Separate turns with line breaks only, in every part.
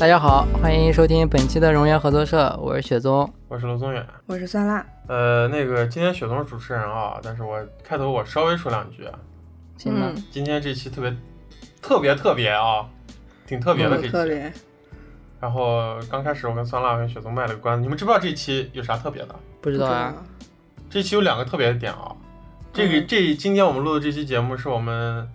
大家好，欢迎收听本期的熔岩合作社，我是雪宗。
我是娄宗远。
我是酸辣，
呃，那个今天雪松是主持人啊，但是我开头我稍微说两句。啊
行吧，
嗯
今天这期特别特别特别啊，挺特别的
嗯
这
特
期。
别
然后刚开始我跟酸辣跟雪松卖了个关子，你们知不知道这期有啥特别的？
不知
不
道啊，
这期有两个特别的点啊。这个
嗯
这今天我们录的这期节目是我们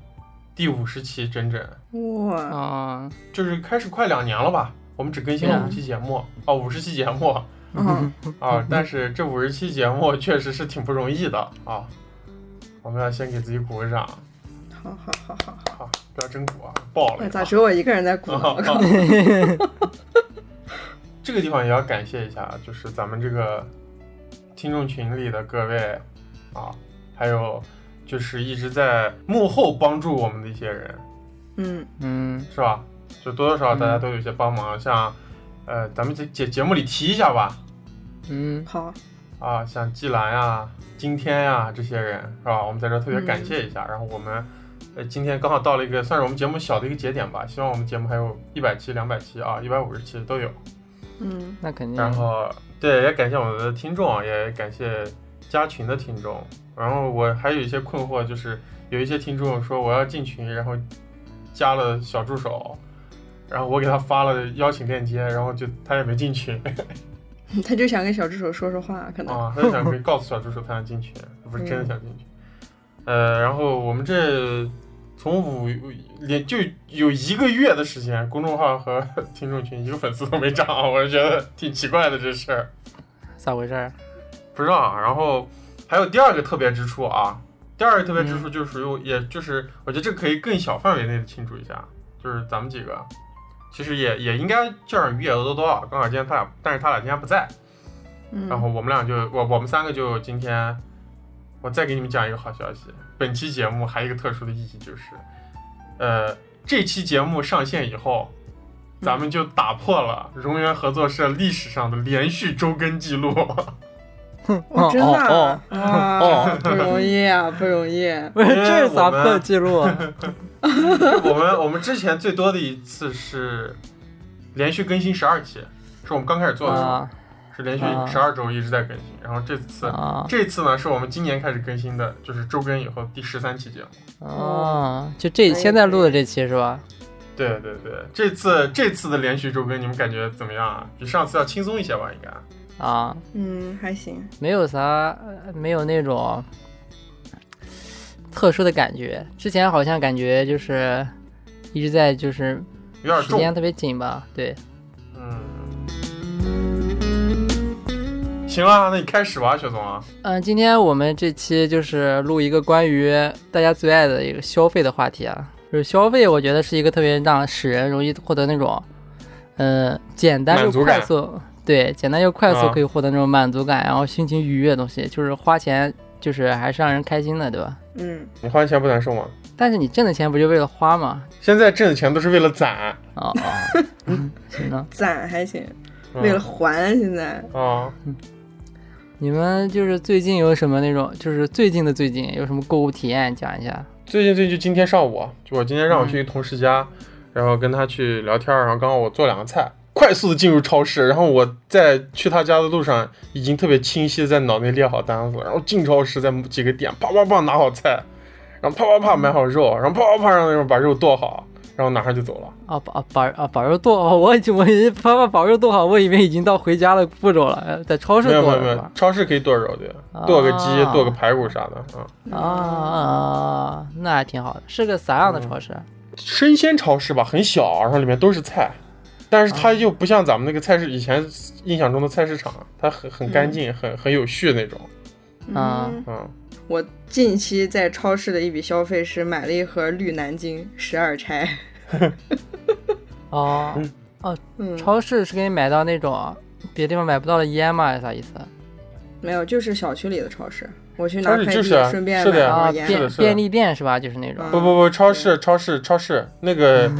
第五十期整整，
知道哇，
啊，
就是开始快两年了吧。我们只更新
对
了
啊
五期节目，哦，五十期节目
嗯，
啊，但是这五十期节目确实是挺不容易的啊。我们要先给自己鼓个掌。
好好好好好，
啊，不要真鼓啊，爆了！
哎咋只有我一个人在鼓呢？
啊
我靠，
这个地方也要感谢一下，啊就是咱们这个听众群里的各位啊，还有就是一直在幕后帮助我们的一些人，
嗯
嗯，
是吧？就多多少少大家都有一些帮忙，像呃，咱们节节节目里提一下吧，
嗯，
好，
啊，像季兰呀、今天呀、这些人，是吧？我们在这儿特别感谢一下。然后我们呃今天刚好到了一个算是我们节目小的一个节点吧，希望我们节目还有一百期、两百期啊，一百五十期都有。
嗯
那肯定。
然后对，也感谢我们的听众，也感谢加群的听众。然后我还有一些困惑，就是有一些听众说我要进群，然后加了小助手，然后我给他发了邀请链接，然后就他也没进群
嗯
他就想跟小助手说说话，可能，
啊，他就想可以告诉小助手他想进群，不是真的想进群。呃，然后我们这从五连就有一个月的时间，公众号和 听众群一个粉丝都没涨，我是觉得挺奇怪的这事儿。
咋回事儿？
不知道啊。然后还有第二个特别之处啊，第二个特别之处就是属于，也就是我觉得这个可以更小范围内的庆祝一下，就是咱们几个其实也也应该叫上于野和多多啊，刚好今天他俩，但是他俩今天不在，
嗯，
然后我们俩就我我们三个就今天，我再给你们讲一个好消息，本期节目还有一个特殊的意义就是，呃，这期节目上线以后。咱们就打破了荣源合作社历史上的连续周更记 录，
哦，真的
哦
啊
哦
啊，不容易啊，不容易，
不是，
因为
这是咋
我们
破记录啊？
我们我们之前最多的一次是连续更新十二期，是我们刚开始做的时候、
啊
是连续
啊
十二周一直在更新。然后这次、
啊
这次呢，是我们今年开始更新的，就是周更以后第十三期节目。
哦
啊！就这现在录的这期是吧？
对对对，这次这次的连续周更，你们感觉怎么样啊？比上次要轻松一些吧，应该。
啊，
嗯，还行，
没有啥，呃没有那种特殊的感觉。之前好像感觉就是一直在就是
有点
时
重，
间特别紧吧？对，
嗯。行啊，那你开始吧，雪总啊。
嗯，今天我们这期就是录一个关于大家最爱的一个消费的话题啊，就是消费，我觉得是一个特别让使人容易获得那种，呃，简单又
满足
快
感
速，对，简单又快速
啊
可以获得那种满足感，然后心情愉悦的东西，就是花钱就是还是让人开心的，对吧？
嗯，
你花钱不难受吗？
但是你挣的钱不就为了花吗？
现在挣的钱都是为了攒，
哦哦，嗯， 行了，
攒还行，
嗯
为了还现在，
啊。
你们就是最近有什么那种，就是最近的最近有什么购物体验讲一下？
最近最近就今天上午，啊就我今天
嗯
让我去一个同事家，然后跟他去聊天儿，然后刚好我做两个菜，快速的进入超市，然后我在去他家的路上已经特别清晰的在脑内列好单子，然后进超市在某几个点啪啪啪拿好菜，然后啪啪啪买好肉，然后啪啪啪让那种把肉剁好，然后拿上就走了。
哦，保保啊保肉剁好，我已经我已经把把保肉剁好，我以为已经到回家的步骤了，呃在超市
没有没
剁
有没
了
有
吧，？
超市可以剁肉对，剁个鸡
啊，
剁个排骨啥的啊、
啊啊，那还挺好的，是个啥样的超
嗯
市？
生鲜超市吧，很小，然后里面都是菜，但是它又不像咱们那个菜市以前印象中的菜市场，它很很干净，很很有序那种。
啊
嗯，
嗯，
我近期在超市的一笔消费是买了一盒绿南京十二钗，
哦，
嗯，
超市是给你买到那种别地方买不到的烟吗？啥意思？
没有，就是小区里的超市，我去拿
超市
快递
就是啊，
顺便
是
买
的呀
啊，
盒
是的
烟，
便
是的
便利店是吧？就是那种
嗯
不不不，超市超市超市那个，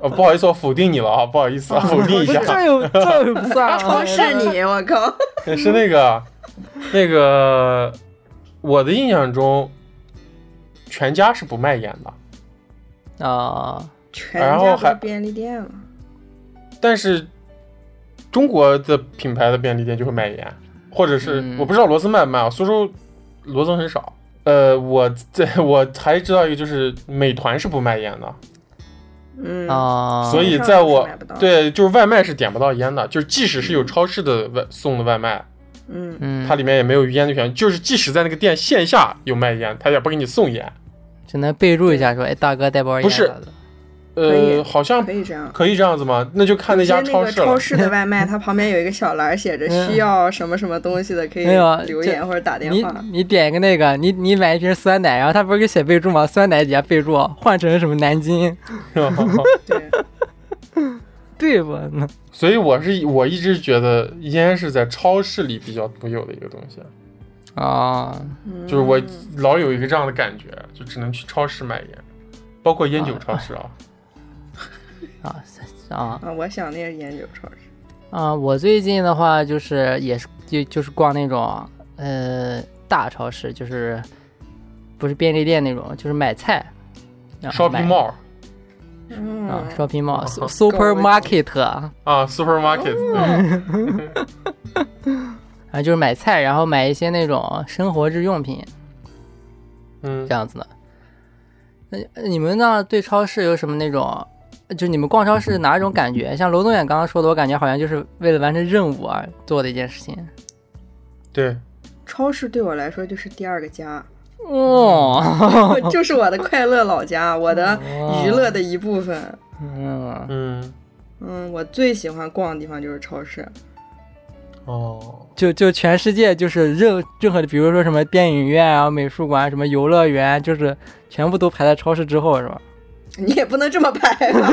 呃，不好意思，我否定你了啊，不好意思啊，否定一
不
下
是，这又这又不算
超
啊
市里，我 靠，
是那个那个，我的印象中，全家是不卖烟的。
啊
全
然后
家
还
都便利店了。
但是中国的品牌的便利店就会卖盐，或者是、
嗯
我不知道罗森卖不卖啊，苏州罗森很少。呃，我在 我还知道一个，就是美团是不卖盐的，
嗯，
啊，
所以
上
在
海是
我
买不到
对，就是外卖是点不到烟的，就是即使是有超市的外送的外卖，
嗯
嗯，
它里面也没有烟的选项，就是即使在那个店线下有卖烟，他也不给你送烟。
只能备注一下说，哎，大哥带包烟
不是
啥的
可以
呃，好像
可以这样。
可以这样子吗？那就看
有
那
些
家
那
超
个
市了
超。市的外卖，它旁边有一个小栏儿写着
嗯
需要什么什么东西的，可以
没有啊
留
这
言或者打电
你
话。
你点一个那个，你你买一瓶酸奶，然后他不是给写备注吗？酸奶底下备注换成什么南京，
对，
对嗯吧？那
所以我是我一直觉得烟是在超市里比较独有的一个东西，
啊，
就是我
嗯
老有一个这样的感觉，就只能去超市买烟，包括烟酒超市啊。
啊 啊
啊，我想那是烟酒超市。
啊！我最近的话就是也是就就是逛那种呃大超市，就是不是便利店那种，就是买菜。啊
shopping
买
mall
嗯，
啊，shopping
哦
mall，supermarket 啊，
啊，supermarket，对
哦
然后就是买菜，然后买一些那种生活日用品
嗯
这，样子的。那呃你们呢？对超市有什么那种，就你们逛超 市哪种感觉？像罗总远刚刚说的，我感觉好像就是为了完成任务而做的一件事情。
对，
超市对我来说就是第二个 家，
哦，
就是我的快乐老家，我的娱乐的一部分。
嗯，
嗯，
嗯，我最喜欢逛的地方就是超市。
哦，
就就全世界就是任任何的，比如说什么电影院啊、美术馆、什么游乐园，就是全部都排在超市之后，是 吧？
你也不能这么啊排吧？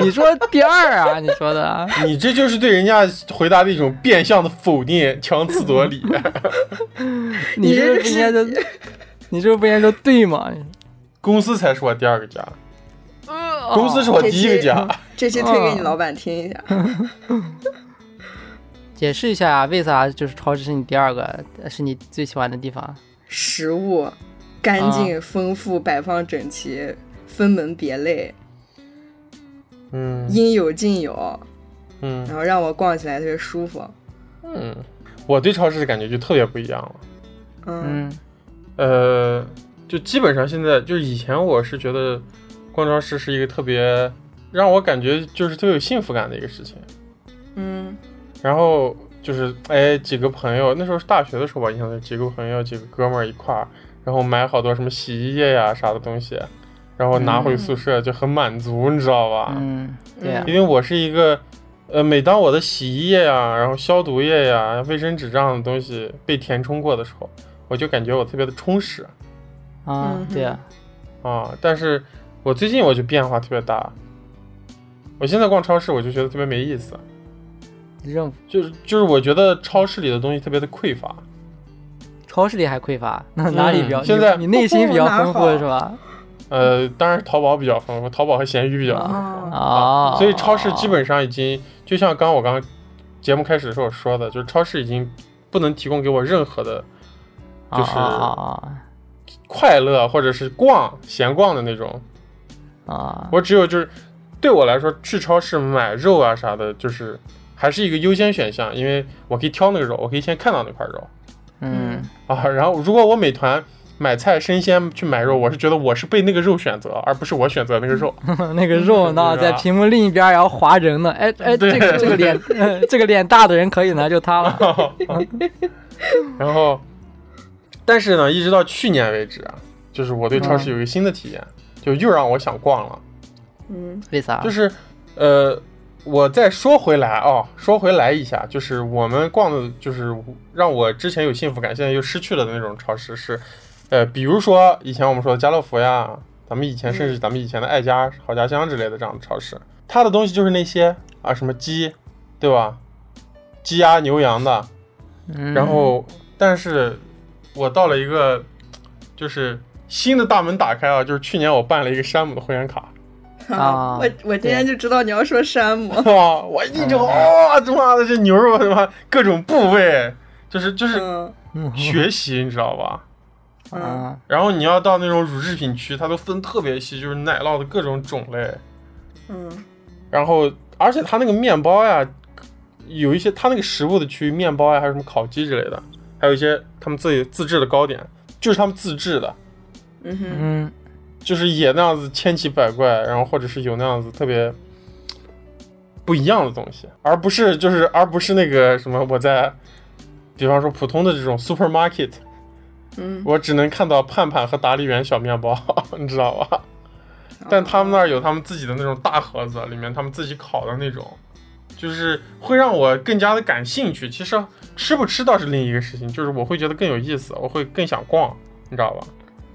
你说第二啊？你说的 啊？
你这就是对人家回答的一种变相的否定，强词夺理。
你这不应该说， 你这不应该说对吗？
公司才是我第二个家，
呃
公司是我第一个家。
这期推给你老板听一下。
解释一下啊，为啥就是超市是你第二个，是你最喜欢的地方？
食物干净、丰富、摆放整齐，分门别类，
嗯
应有尽有，
嗯
然后让我逛起来特别舒服。
嗯，我对超市的感觉就特别不一样了。
嗯
嗯
呃，就基本上现在就是以前我是觉得逛超市是一个特别让我感觉就是特别有幸福感的一个事情。
嗯
然后就是哎几个朋友，那时候是大学的时候吧，印象中几个朋友几个哥们儿一块儿，然后买好多什么洗衣液呀、啥的东西，然后拿回宿舍就很满足，你知道吧？
嗯，对啊
因为我是一个，呃，每当我的洗衣液呀、然后消毒液呀、卫生纸这样的东西被填充过的时候，我就感觉我特别的充实
啊
嗯，
对啊，
啊。但是我最近我就变化特别大，我现在逛超市我就觉得特别没意思，
任务
就是就是我觉得超市里的东西特别的匮乏。
超市里还匮乏，那哪里比较？
嗯现在
你你内心比较丰
不不哪
富
好
是吧？
呃，当然淘宝比较丰富，淘宝和闲鱼比较丰富。
啊，
哦，
所以超市基本上已经，就像刚我刚节目开始的时候说的，就是超市已经不能提供给我任何的就是
啊啊
快乐啊或者是逛闲逛的那种，
啊啊，
我只有就是对我来说去超市买肉啊啥的，就是还是一个优先选项，因为我可以挑那个肉，我可以先看到那块肉
嗯
啊。然后如果我美团买菜生鲜去买肉，我是觉得我是被那个肉选择，而不是我选择那个肉。
那个肉呢，
对
在
啊
屏幕另一边，然后划人呢，哎哎，这
嗯对
个这个 脸，呃这个脸大的人可以呢，就他了。
然后，但是呢，一直到去年为止啊，就是我对超市有一个新的体验，就又让我想逛了，
嗯
为啥？
就是呃。我再说回来哦，说回来一下，就是我们逛的，就是让我之前有幸福感，现在又失去了的那种超市是，呃，比如说以前我们说的家乐福呀，咱们以前甚至咱们以前的爱家、好家乡之类的这样的超市，它的东西就是那些啊，什么鸡，对吧？鸡鸭牛羊的，
嗯
然后，但是我到了一个就是新的大门打开啊，就是去年我办了一个山姆的会员卡，
啊
嗯我我今天就知道你要说山姆。
哇，我一瞅，哇，他妈的这牛肉，他妈各种部位，就是就是
嗯
嗯
学习，你知道吧？
嗯
啊
然后你要到那种乳制品区，它都分特别细，就是奶酪的各种种类，
嗯
然后而且它那个面包呀，有一些它那个食物的区域，面包呀，还有什么烤鸡之类的，还有一些他们自己自制的糕点，就是他们自制的，
嗯哼，
嗯，
就是也那样子千奇百怪，然后或者是有那样子特别不一样的东西，而不是就是而不是那个什么我在，比方说普通的这种 supermarket，
嗯，
我只能看到盼盼和达利园小面包， 你知道吧？但他们那儿有他们自己的那种大盒子，里面他们自己烤的那种，就是会让我更加的感兴趣。其实吃不吃倒是另一个事情，就是我会觉得更有意思，我会更想逛，你知道吧？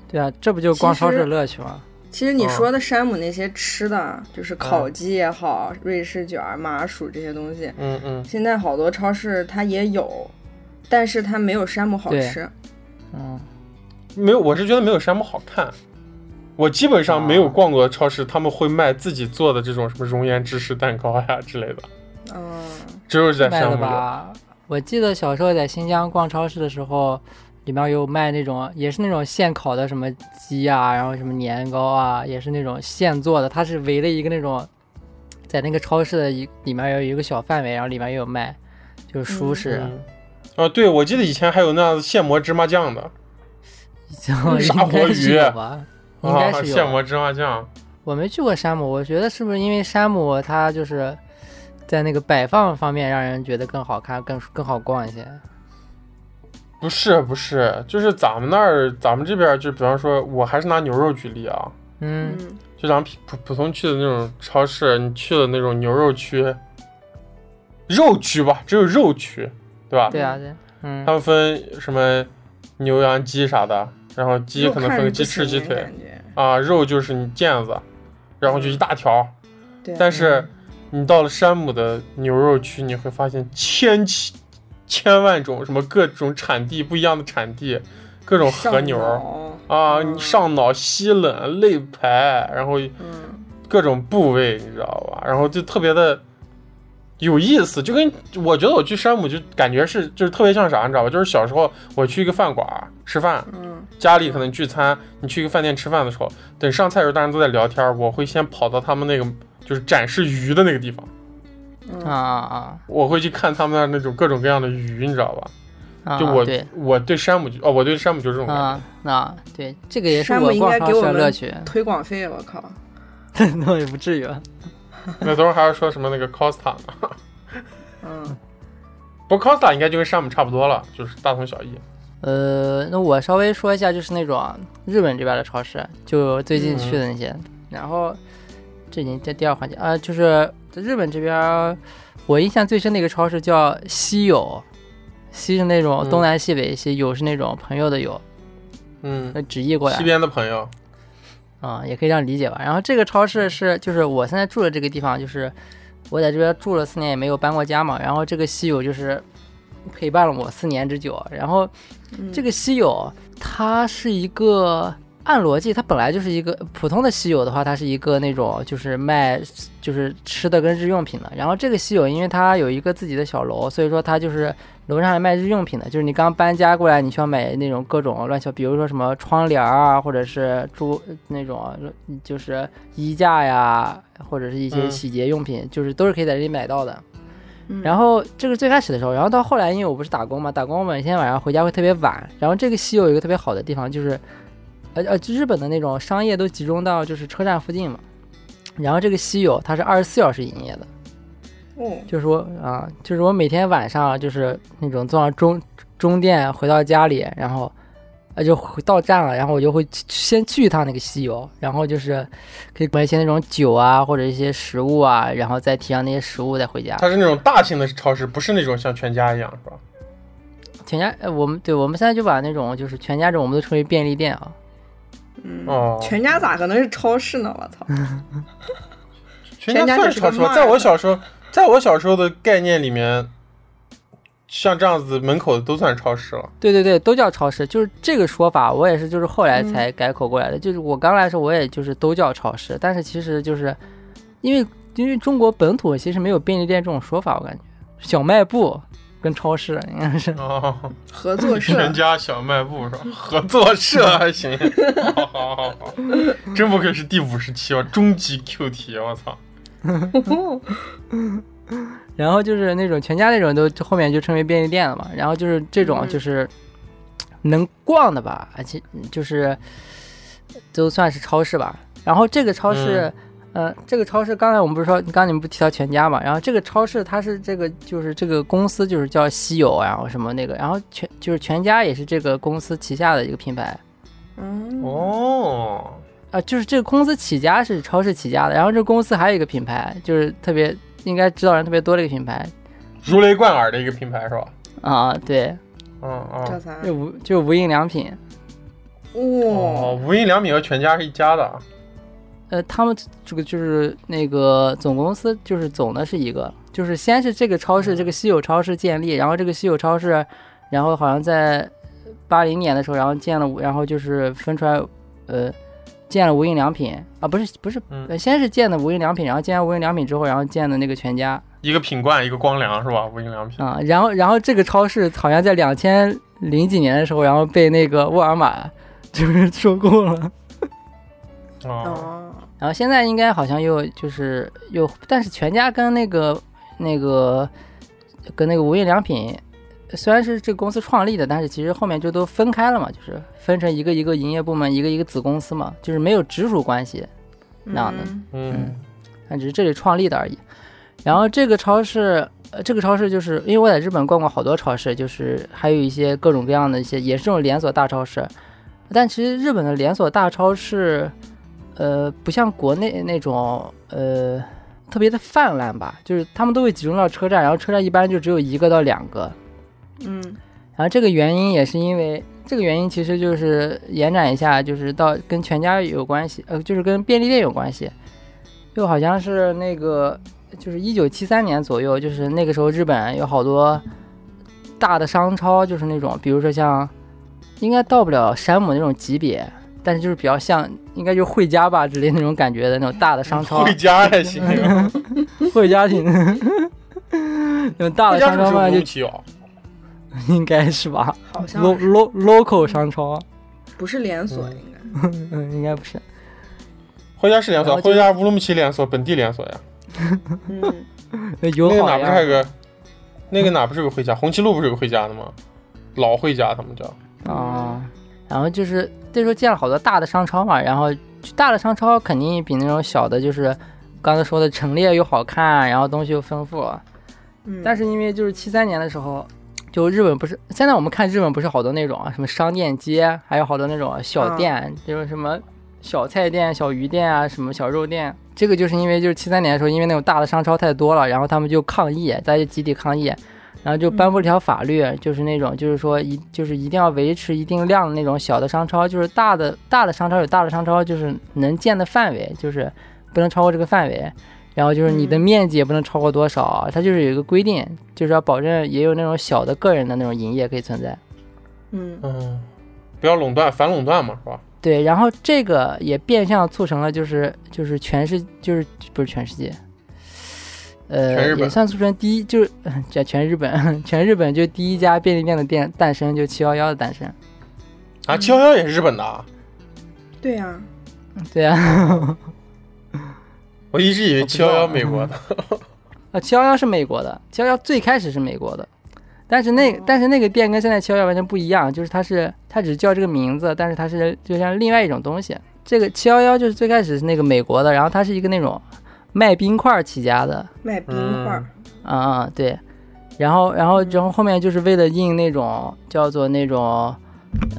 对啊，这不就
其
逛超市
实
的乐趣吗？
其实你
嗯
说的山姆那些吃的，啊就是烤鸡也好，瑞士卷儿、麻薯这些东西，
嗯嗯，
现在好多超市它也有，但是它没有山姆好
对
吃。
嗯，
没有，我是觉得没有山姆好看。我基本上没有
啊
逛过的超市，他们会卖自己做的这种什么熔岩芝士蛋糕呀之类的，
嗯，
只有在
卖
山
了
姆有。
吧？我记得小时候在新疆逛超市的时候，里面有卖那种也是那种现烤的什么鸡啊，然后什么年糕啊，也是那种现做的，它是围了一个那种，在那个超市的一里面有一个小范围，然后里面也有卖，就是熟食，
嗯啊，对，我记得以前还有那样子现磨芝麻酱的，
然后
啥
应该
活
是
鱼
有吧？应该
啊、
是有
现磨芝麻酱。
我没去过山姆，我觉得是不是因为山姆它就是在那个摆放方面让人觉得更好看、更更好逛一些？
不是不是，就是咱们那儿，咱们这边儿就比方说，我还是拿牛肉举例啊，
嗯，
嗯
就咱们普普普通去的那种超市，你去了那种牛肉区、肉区吧，只有肉区，对吧？
对啊，对，嗯
他，们分什么牛羊鸡啥的，然后鸡
肉
可能
看
分
着
个
不
鸡翅、鸡
行哎
腿
感觉嗯
啊，肉就是你腱子，然后就一大条。
对，嗯
但是你到了山姆的牛肉区，你会发现千奇千万种，什么各种产地不一样的产地，各种和牛。
上脑
啊，你上脑、西冷、肋排，然后
嗯
各种部位，你知道吧？然后就特别的有意思，就跟我觉得我去山姆就感觉是就是特别像啥，你知道吧？就是小时候我去一个饭馆吃饭，
嗯
家里可能聚餐，你去一个饭店吃饭的时候，等上菜的时候大家都在聊天，我会先跑到他们那个就是展示鱼的那个地方，
啊
嗯，
啊
我会去看他们那儿那种各种各样的鱼，你知道吧？
啊！
就我、
啊对
我对山姆就哦，我对山姆就是这种感觉。
啊啊，对，这个也是
山姆
我
应
逛
该
超
给
市
我
的
们
乐 趣，
推广费我靠，
那也不至于啊吧。
那等会儿还要说什么那个 Costa 呢？
嗯
不过 Costa 应该就跟山姆差不多了，就是大同小异。
呃，那我稍微说一下，就是那种日本这边的超市，就最近去的那
嗯
些。然后这已经在第二环节啊、就是在日本这边，我印象最深的一个超市叫西友，西是那种
嗯
东南西北西，友是那种朋友的友，
嗯，
那直译过来
西边的朋友，
啊、也可以这样理解吧。然后这个超市是，就是我现在住的这个地方，就是我在这边住了四年也没有搬过家嘛。然后这个西友就是陪伴了我四年之久，然后。
嗯
这个稀有，它是一个按逻辑，它本来就是一个普通的稀有的话，它是一个那种就是卖就是吃的跟日用品的。然后这个稀有，因为它有一个自己的小楼，所以说它就是楼上还卖日用品的，就是你刚搬家过来，你需要买那种各种乱七八，比如说什么窗帘儿啊，或者是桌那种就是衣架呀，或者是一些
嗯
洗洁用品，就是都是可以在这里买到的。
嗯
然后这是最开始的时候，然后到后来，因为我不是打工嘛，打工我每天晚上回家会特别晚。然后这个西有一个特别好的地方就是，呃呃，日本的那种商业都集中到就是车站附近嘛。然后这个西有它是二十四小时营业的，
哦
就是说啊、就是我每天晚上就是那种坐上中中电回到家里，然后啊就回到站了，然后我就会去先去一趟那个西游，然后就是可以买一些那种酒啊或者一些食物啊，然后再提上那些食物再回家。
它是那种大型的超市，不是那种像全家一样，是吧？
全家，呃，我们对，我们现在就把那种就是全家这种，我们都称为便利店啊。
嗯，
哦，
全家咋可能是超市呢？我操，
全
全家
算
就是是
超
个
市吧？
mart
在我小时候，在我小时候的概念里面，像这样子门口的都算超市了。
对对对，都叫超市，就是这个说法，我也是就是后来才改口过来的。就是我刚来的时候，我也就是都叫超市，但是其实就是因为因为中国本土其实没有便利店这种说法，我感觉小卖部跟超市应该是
哦，
合作社
全，家小卖部是吧？合作社还 行。好好好好，真不愧是第五十期哦，终极 Q 题，我操！
哦
然后就是那种全家那种都就后面就称为便利店了嘛。然后就是这种啊
嗯
就是能逛的吧，而且就是都算是超市吧。然后这个超市，呃，这个超市刚才我们不是说，刚才你们不提到全家嘛？然后这个超市它是这个就是这个公司就是叫西友，然后什么那个，然后全就是全家也是这个公司旗下的一个品牌。
嗯
哦，
啊，就是这个公司起家是超市起家的，然后这个公司还有一个品牌，就是特别应该知道人特别多的一个品牌
如雷贯耳的一个品牌是吧？
啊，对，
嗯
叫
嗯。
啥？
就无就无印良品，
哦，
哇，
无印良品和全家是一家的啊。
呃，他们这个就是那个总公司就是总的是一个，就是先是这个超
嗯
市这个稀有超市建立，然后这个稀有超市，然后好像在八零年的时候，然后建了五，然后就是分出来，呃，建了无印良品啊，不是不是，
嗯
呃先是建的无印良品，然后建完无印良品之后，然后建的那个全家，
一个品冠，一个光良是吧？无印良品。
啊，然后然后这个超市好像在两千零几年的时候，然后被那个沃尔玛 就是收购了，
哦，
哦，
然后现在应该好像又就是又，但是全家跟那个那个跟那个无印良品。虽然是这个公司创立的，但是其实后面就都分开了嘛，就是分成一个一个营业部门，一个一个子公司嘛，就是没有直属关系。那样的
嗯
嗯
但只是这里创立的而已。然后这个超市，呃，这个超市就是因为我在日本逛过好多超市，就是还有一些各种各样的一些也是这种连锁大超市，但其实日本的连锁大超市，呃，不像国内那种呃特别的泛滥吧，就是他们都会集中到车站，然后车站一般就只有一个到两个，
嗯
然后这个原因也是因为这个原因，其实就是延展一下，就是到跟全家有关系，呃，就是跟便利店有关系。就好像是那个，就是一九七三年左右，就是那个时候日本有好多大的商超，就是那种，比如说像，应该到不了山姆那种级别，但是就是比较像，应该就是惠家吧之类那种感觉的那种大的 商超，
惠家还行，
惠家 挺， 那种大
惠
的
家
商
是不
超
是
嘛，就
乌鲁木齐哦？
应该是吧
好像
，lo
是
lo local 商超。
不是连锁，应该
嗯，应该不是。
惠家是连
然
锁，
后就
惠家乌鲁木齐连锁，本地连锁呀。
嗯
那
那
呃友
个
好
哪不是还有
呀
个，那个哪不是有个惠家？红旗路不是有个惠家的吗？老惠家他们叫。
啊、然后就是那时候建了好多大的商超嘛，然后就大的商超肯定比那种小的，就是刚才说的陈列又好看，然后东西又丰富。
嗯，
但是因为就是七三年的时候，就日本不是现在我们看日本不是好多那种啊什么商店街，还有好多那种小店，就是什么小菜店、小鱼店啊，什么小肉店。这个就是因为就是七三年的时候，因为那种大的商超太多了，然后他们就抗议，大家就集体抗议，然后就颁布了一条法律，就是那种就是说一就是一定要维持一定量的那种小的商超，就是大的大的商超有大的商超就是能建的范围，就是不能超过这个范围。然后就是你的
嗯
面积也不能超过多少，它就是有一个规定，就是要保证也有那种小的个人的那种营业可以存在。
嗯
嗯，不要垄断，反垄断嘛，是吧？
对，然后这个也变相促成了，就是就是全世就是不是全世界，
全
呃，
日本
也算促成第一，就是 这全日本 全日本就第一家便利店的店诞生，就七幺幺的诞生。嗯
啊，七幺幺也是日本的啊。
对呀，
对啊，
我一直以为
我不
七
知道
幺幺
啊
美国的，
啊七幺幺是美国的，七幺幺最开始是美国的，但是那
哦
但是那个店跟现在七幺幺完全不一样，就是它是它只叫这个名字，但是它是就像另外一种东西。这个七幺幺就是最开始是那个美国的，然后它是一个那种卖冰块儿起家的，
卖冰块儿，
啊、嗯，对。然后，然后，然后后面就是为了应那种叫做那种，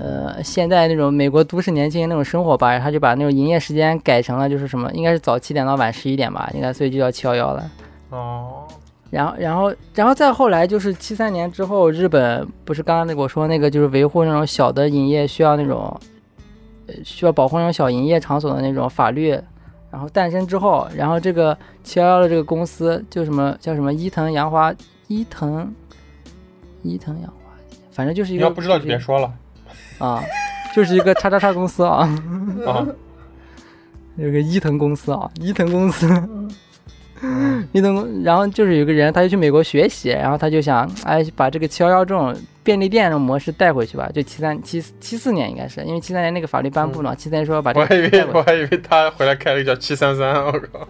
呃，现在那种美国都市年轻人那种生活吧，他就把那种营业时间改成了就是什么，应该是早七点到晚十一点吧，应该所以就叫七幺幺了。
哦，
然后，然后，然后再后来就是七三年之后，日本不是刚刚那个我说那个就是维护那种小的营业需要那种，呃，需要保护那种小营业场所的那种法律，然后诞生之后，然后这个七幺幺的这个公司就什么叫什么伊藤洋华，伊藤，伊藤洋华，反正就是一
你
个
要不知道就别说了
啊，就是一个叉叉叉公司啊，
啊。
有个伊藤公司啊，伊藤公司。
嗯
运动公，然后就是有个人，他就去美国学习，然后他就想，哎，把这个七幺幺这种便利店这种模式带回去吧。就七三七七四年应该是，因为七三年那个法律颁布了，七三说要把这 个带
嗯我还以
回
为
去
我还以为他回来开了一个叫七三三，我靠！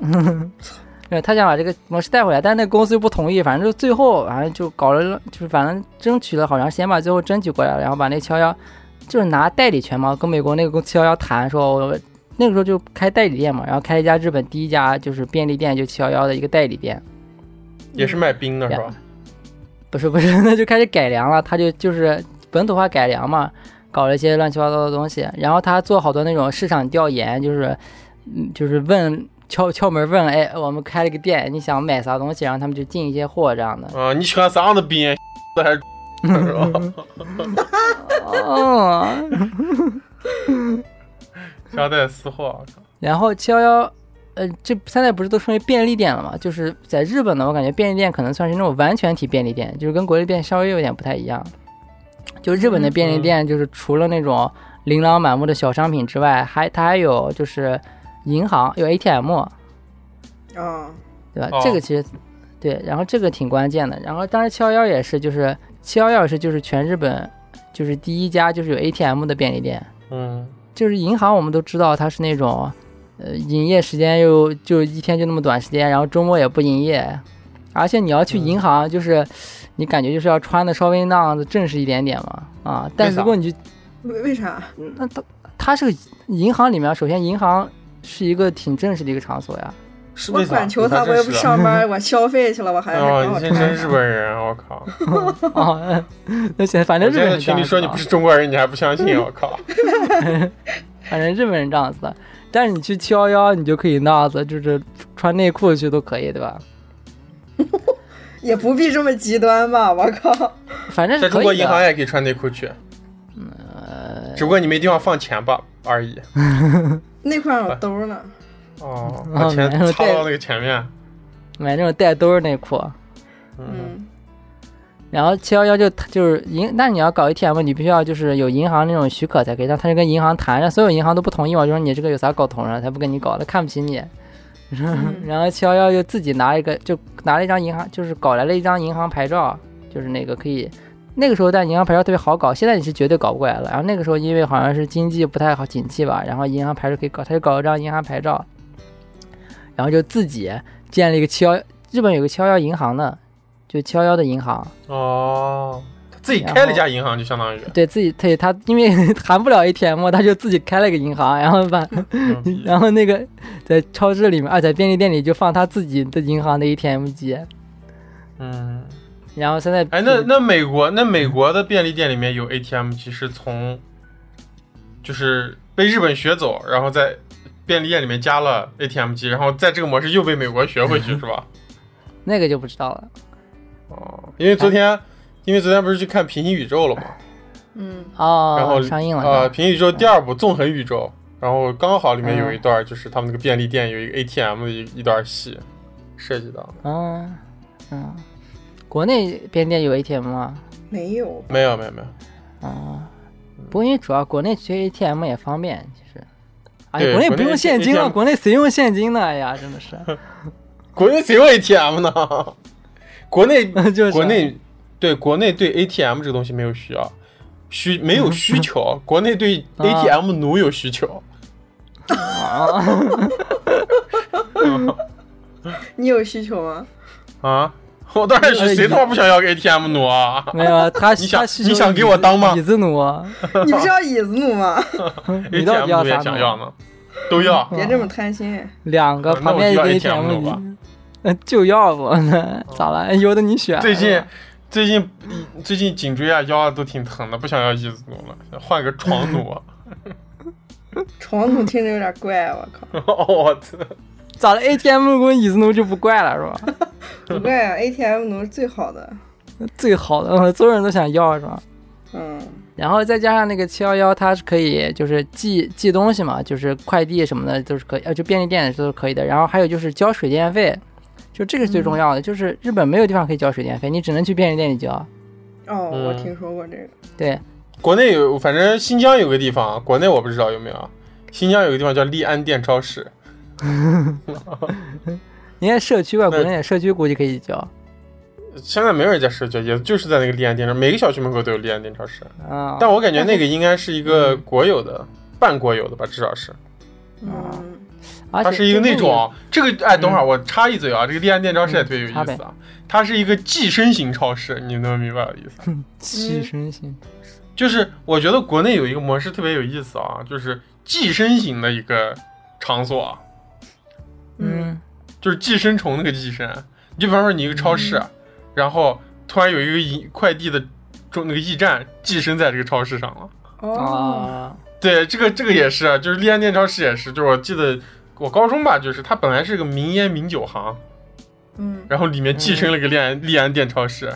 对，他想把这个模式带回来，但是那个公司又不同意，反正就最后反正就搞了，就是反正争取了好长时间吧，最后争取过来了，然后把那七幺幺就是拿代理权嘛，跟美国那个七幺幺谈说，我那个时候就开代理店嘛，然后开了一家日本第一家就是便利店，就七幺幺的一个代理店，
也是卖冰的是吧？
不是不是，那就开始改良了，他就就是本土化改良嘛，搞了一些乱七八糟的东西，然后他做好多那种市场调研，就是嗯，就是问敲敲门问，哎，我们开了个店，你想买啥东西，然后他们就进一些货这样的。
啊，你喜欢啥样 的冰？这还是是吧？
哦，
夹带私货，
然后七幺幺，呃，这现在不是都成为便利店了嘛？就是在日本呢，我感觉便利店可能算是那种完全体便利店，就是跟国内店稍微有点不太一样。就日本的便利店，就是除了那种琳琅满目的小商品之外，还它还有就是银行有 ATM，
嗯
哦，
对吧？
哦
这个其实对，然后这个挺关键的。然后当时七幺幺也是，就是七幺幺是就是全日本就是第一家就是有 ATM 的便利店。
嗯，
就是银行我们都知道它是那种，呃，营业时间又就一天就那么短时间，然后周末也不营业，而且你要
嗯
去银行，就是、你感觉就是要穿的稍微那样子正式一点点嘛，啊，但
为啥
如果你去
为为啥？
那它它是个银行里面，首先银行是一个挺正式的一个场所 呀，
是
我
为啥
管球
你看
他，我也不
真是啊
上班，我消费去了，我还
哦，你
还管
这
我
真日本人，我靠！
啊， 那现在反正
我
日
现
本人
在
这
群
样
里
子
说你
啊
不是中国人，你还不相信，我靠！
反正日本人这样子的，但是你去七幺幺，你就可以那样子，就是穿内裤去都可以，对吧？
也不必这么极端吧？我 靠，
反正
在
可
中
以
国
的
银行也可以穿内裤去，
呃，
只不过你没地方放钱吧而已。
内裤
哎
上有兜呢。
哦，
啊
把钱
没有
插
对
到那个前面。
买那种带兜儿内裤，
嗯，
嗯，
然后七幺幺就就是银，那你要搞 ATM，你必须要就是有银行那种许可才可以，让他就跟银行谈，让所有银行都不同意嘛，就说你这个有啥搞头呢，才不跟你搞了，看不起你。
嗯
嗯
然后七幺幺就自己拿一个，就拿了一张银行，就是搞来了一张银行牌照，就是那个可以，那个时候但银行牌照特别好搞，现在你是绝对搞不过来了。然后那个时候因为好像是经济不太好景气吧，然后银行牌照可以搞，他就搞了张银行牌照，然后就自己建了一个七幺，日本有个七幺幺银行呢，就七幺幺的银行。
哦，他自己开了一家银行，就 相当于
对自己，对他，因为 谈不了 ATM，他就自己开了个银行，然后 把，
牛逼
然后那个在超市里面啊，在便利店里就放他自己的银行的 ATM 机，
嗯，
然后现在，
哎，那那美国那美国的便利店里面有 ATM，机是从就是被日本学走，然后在便利店里面加了 ATM 机，然后在这个模式又被美国学回去，是吧？
那个就不知道了
哦，因为昨
啊
天，因为昨天不是去看《平行宇宙》了嘛，
嗯，
哦，
然后
上映了，
啊，
是
《
吧嗯
平行宇宙》第二部《纵横宇宙》，然后刚好里面有一段就是他们那个便利店有一个 ATM 的一一段戏设计到，
嗯嗯，国内便利店有 ATM 吗？
没有。
没有没有没有，
啊、不过因为主要国内去 ATM 也方便，其实，而且
对
国内
国
不
内
用现金了，
ATM
国内谁用现金呢？哎呀，真的是，
国内谁有 ATM 呢？ 国内
就是啊
国内对国内对 ATM 这个东西没有需要。需没有需
嗯
求，国内对 ATM 奴有需求，
啊，嗯
你有需求吗？
啊！ 我当然是谁他妈不想要个 ATM 奴啊！
没有他，
你想
他需求
你想给我当吗
椅子奴，啊
你不是要椅子 奴吗？
你到
ATM
底要
奴也
啥
想
奴啊
要呢，都要。
别这么贪心。
两个
啊那
旁
我
边一
就
个
要
ATM
ATM 了吧嗯
机， 呃就要不 咋了？由得你选。啊
最近最近最近颈椎啊腰啊都挺疼的，不想要椅子奴了，想换个床 奴啊。
床奴听着有点怪，啊我靠，
哦我操！
咋了？ATM 跟椅子奴就不怪了是吧？
不怪啊！ATM 奴是最好的。
最好的，所有人都想要是吧？
嗯，
然后再加上那个七幺幺，它是可以就是寄寄东西嘛，就是快递什么的都是可以，呃，就便利店都是可以的。然后还有就是交水电费，就这个是最重要的，就是日本没有地方可以交水电费，你只能去便利店里交。
哦，
嗯
我听说过这个。
对，
国内有，反正新疆有个地方，国内我不知道有没有啊。新疆有个地方叫利安店超市，
应该社区吧，
那
国内社区估计可以交
现在没有人在社区，也就是在那个利安店超市，每个小区门口都有利安店超市。
啊。
但我感
嗯
觉那个应该是一个国有的，半国有的吧，至少是。
啊
嗯，
而且
它是一个
真
那
正
种啊，这个哎，
嗯
等会儿我插一嘴啊，这个地下电超市也特别有意
插呗
思啊，它是一个寄生型超市，你能明白我的意思吗？
有寄生型，
就是我觉得国内有一个模式特别有意思啊，就是寄生型的一个场所啊，
嗯，
嗯，
就是寄生虫那个寄生。你就比方说你一个超市，啊然后突然有一个引快递的中那个驿站寄生在这个超市上了。
哦，
啊，
对，这个这个也是，啊就是利安店超市也是，就是我记得我高中吧，就是它本来是个名烟名酒行，
嗯，
然后里面寄生了个利安利安店超市，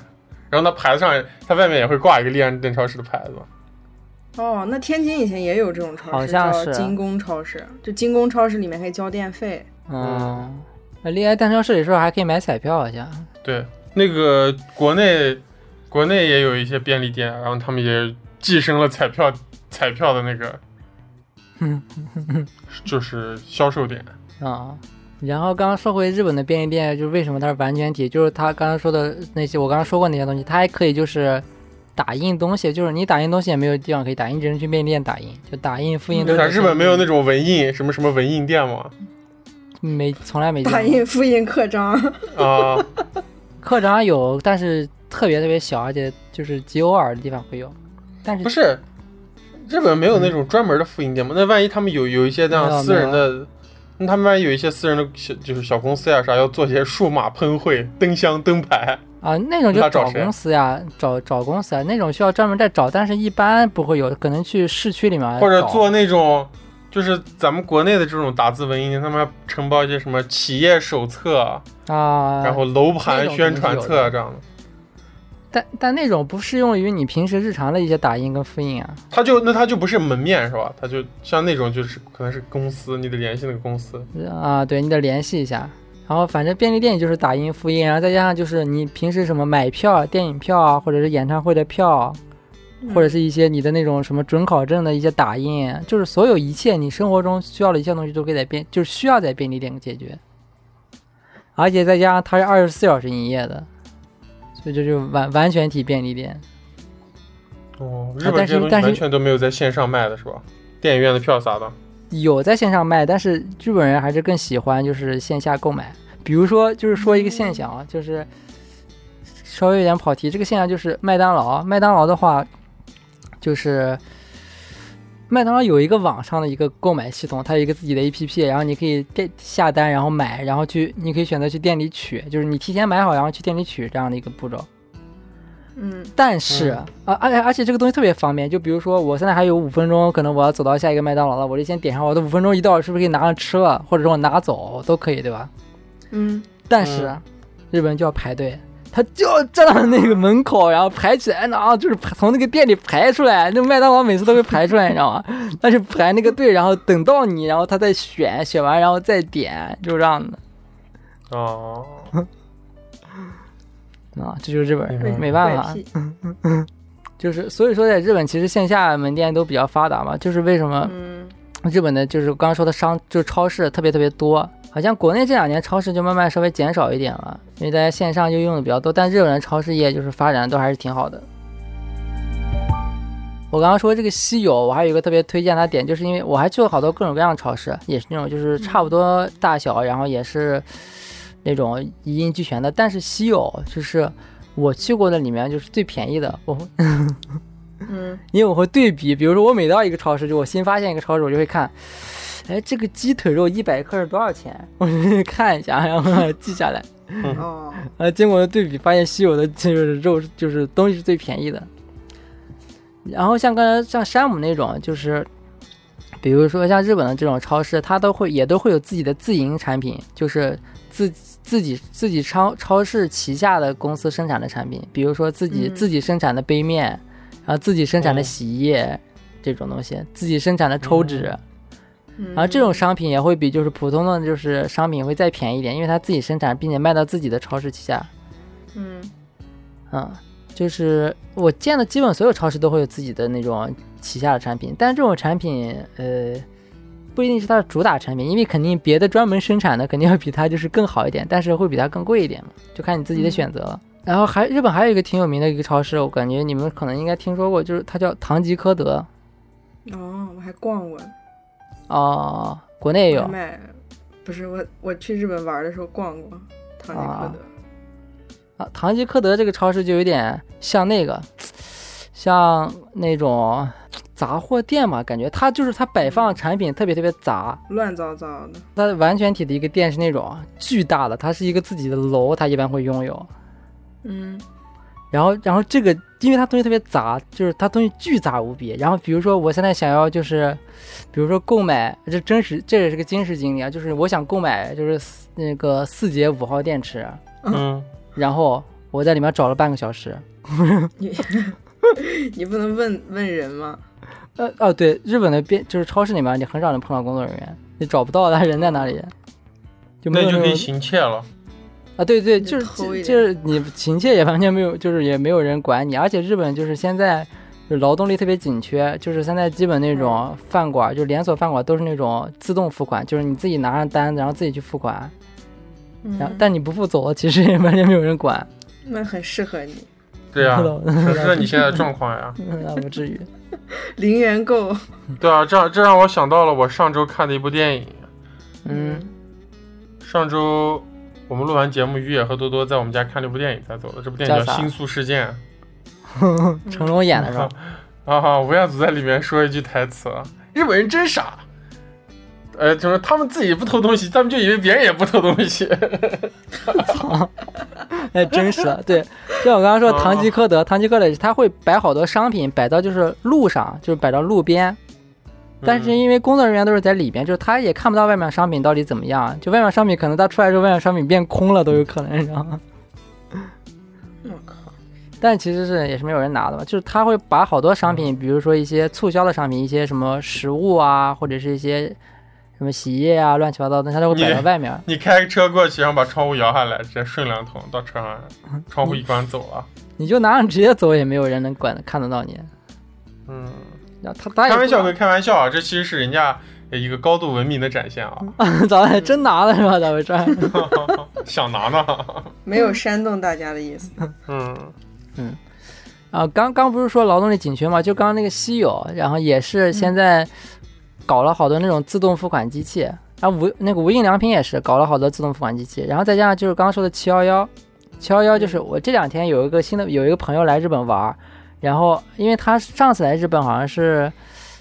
然后它牌子上也它外面也会挂一个利安店超市的牌子。
哦，那天津以前也有这种超市，
好像
叫
是
金工超市，就金工超市里面可以交电费。
嗯，那恋爱蛋超市里说还可以买彩票，好像
对，那个国内国内也有一些便利店，然后他们也寄生了彩票彩票的 那个，就是销售点。
啊。然后刚刚说回日本的便利店，就是为什么它是完全体，就是它刚刚说的那些，我刚刚说过那些东西，它还可以就是打印东西，就是你打印东西也没有地方可以打印，只能去便利店打印，就打印复印都
为
嗯
是
啥日本没有那种文印什么什么文印店吗？
没从来没见过
打印复印刻章，
啊，
课长有，但是特别特别小，而且就是极偶尔的地方会有，但是
不是，日本没有那种专门的复印店吗？那万一他们有有一些那
没
样
有
私人的，那他们万一有一些私人的小就是小公司呀、啥，要做一些数码喷绘、灯箱、灯牌，
啊，那种就
那找
找
谁
公司呀，找找公司啊，那种需要专门再找，但是一般不会有，可能去市区里面
或者
找
做那种就是咱们国内的这种打字文印，他们还承包一些什么企业手册，
啊，
然后楼
那
盘
种
宣传
肯定是有
册
的
这样的。
但但那种不适用于你平时日常的一些打印跟复印啊，
他就那他就不是门面是吧？他就像那种就是可能是公司，你得联系那个公司。
啊，对你得联系一下。然后反正便利店就是打印复印，然后再加上就是你平时什么买票啊、电影票啊，或者是演唱会的票啊， 或
嗯
者是一些你的那种什么准考证的一些打印，就是所有一切你生活中需要的一切东西都可以在便，就是需要在便利店解决。而且再加上它是二十四小时营业的，所以这就完完全体便利店。
哦，
啊
日本
但
这些
是
东西
但是
完全都没有在线上卖的是吧？电影院的票啥的。
有在线上卖，但是日本人还是更喜欢就是线下购买。比如说，就是说一个现象啊，就是稍微有点跑题。这个现象就是麦当劳，麦当劳的话，就是麦当劳有一个网上的一个购买系统，它有一个自己的 APP，然后你可以店下单，然后买，然后去你可以选择去店里取，就是你提前买好，然后去店里取这样的一个步骤。
嗯
但是啊，而且而且这个东西特别方便，就比如说我现在还有五分钟，可能我要走到下一个麦当劳了，我就先点上，我的五分钟一到，是不是可以拿上吃了，或者说我拿走都可以，对吧？
嗯，
但是、
嗯
日本人就要排队，他就要站到那个门口，然后排起来，然后就是排从那个店里排出来。那麦当劳每次都会排出来，你知道吗？ 但是排那个队，然后等到你，然后他再选，选完然后再点，就这样的
哦，
啊，这就是日本人，
嗯
没办法
怪。癖
就是所以说，在日本其实线下门店都比较发达嘛，就是为什么
嗯
日本的就是刚刚说的商就是超市特别特别多，好像国内这两年超市就慢慢稍微减少一点了，因为大家线上就用的比较多，但日本的超市业就是发展都还是挺好的。我刚刚说这个稀有，我还有一个特别推荐它点，就是因为我还去过好多各种各样的超市，也是那种就是差不多大小，然后也是那种一应俱全的，但是稀有就是我去过的里面就是最便宜的，我
嗯
因为我会对比，比如说我每到一个超市，就我新发现一个超市，我就会看，哎，这个鸡腿肉一百克是多少钱？我就去看一下，然后记下来。
哦，
呃，经过对比，发现稀有的就是肉，就是东西是最便宜的。然后像刚才像山姆那种，就是比如说像日本的这种超市，它都会也都会有自己的自营产品，就是自自己自己超超市旗下的公司生产的产品，比如说自己、
嗯
自己生产的杯面，然后自己生产的
哦
洗衣液、这种东西，自己生产的抽纸。
嗯
啊然后这种商品也会比就是普通的就是商品会再便宜一点，因为它自己生产，并且卖到自己的超市旗下。
嗯
嗯，就是我见的基本所有超市都会有自己的那种旗下的产品，但这种产品呃不一定是它的主打产品，因为肯定别的专门生产的肯定要比它就是更好一点，但是会比它更贵一点嘛，就看你自己的选择了。然后还日本还有一个挺有名的一个超市，我感觉你们可能应该听说过，就是它叫唐吉诃德哎
哦，我还逛过，
啊哦、国内也有
买不是我，我去日本玩的时候逛过唐吉诃德。
啊，唐吉诃德这个超市就有点像那个，像那种杂货店嘛，感觉它就是它摆放产品特别特别杂，
乱糟糟的，
它完全体的一个店是那种巨大的，它是一个自己的楼，它一般会拥有。
嗯，
然后，然后这个，因为它东西特别杂，就是它东西巨杂无比。然后，比如说我现在想要就是，比如说购买，这真实，这也是个真实经历啊，就是我想购买就是四那个四节五号电池，
嗯，
然后我在里面找了半个小时。
你 你不能问问人吗？
呃哦，对，日本的边就是超市里面，你很少能碰到工作人员，你找不到他人在哪里，就没
那
有
就
那
可以
种
行窃了。
啊，对对，
就
就是
偷
就
一点
就是你勤切也完全没有，就是也没有人管你，而且日本就是现在就劳动力特别紧缺，就是现在基本那
嗯
种饭馆，就连锁饭馆都是那种自动付款，就是你自己拿上单子，然后自己去付款，然后
嗯，
但你不付走了，其实也完全没有人管，
那很适合你，
对啊呀、
不知道
这是你现在的状况呀。
那不至于。
零元购。
对啊，这这让我想到了我上周看的一部电影。
嗯，
上周我们录完节目，于野和多多在我们家看了一部电影才走的。这部电影
叫
叫
啥
《新宿事件》。
成龙演的是吧？
啊，吴彦祖在里面说一句台词：“日本人真傻。”呃，就是他们自己不偷东西，他们就以为别人也不偷东 西。
哎，真实的，对，就像我刚刚说，
哦
唐吉诃德，唐吉诃德他会摆好多商品，摆到就是路上，就是摆到路边，但是
嗯
因为工作人员都是在里边，就是他也看不到外面商品到底怎么样，就外面商品可能他出来之后，外面商品变空了都有可能，你知道吗？
嗯我靠，
但其实是也是没有人拿的嘛，就是他会把好多商
嗯
品，比如说一些促销的商品，一些什么食物啊，或者是一些什么洗衣液啊，乱七八糟的，他都会摆到外面。
你开个车过去，然后把窗户摇下来，直接顺两桶到车 上，窗户一关走了。
你就拿上直接走，也没有人能管看得到你。
嗯，
然后他他也
开
不
玩笑
拿
归开玩笑啊，这其实是人家一个高度文明的展现 啊。
咋还真拿了是吧？咋回事？
想拿 呢。
没有煽动大家的意思。
嗯，
啊，刚刚不是说劳动力紧缺嘛？就刚刚那个稀有，然后也是现在搞了好多那种自动付款机器，啊无那个无印良品也是搞了好多自动付款机器，然后再加上就是刚刚说的七幺幺，七幺幺就是我这两天有一个新的有一个朋友来日本玩儿，然后因为他上次来日本好像是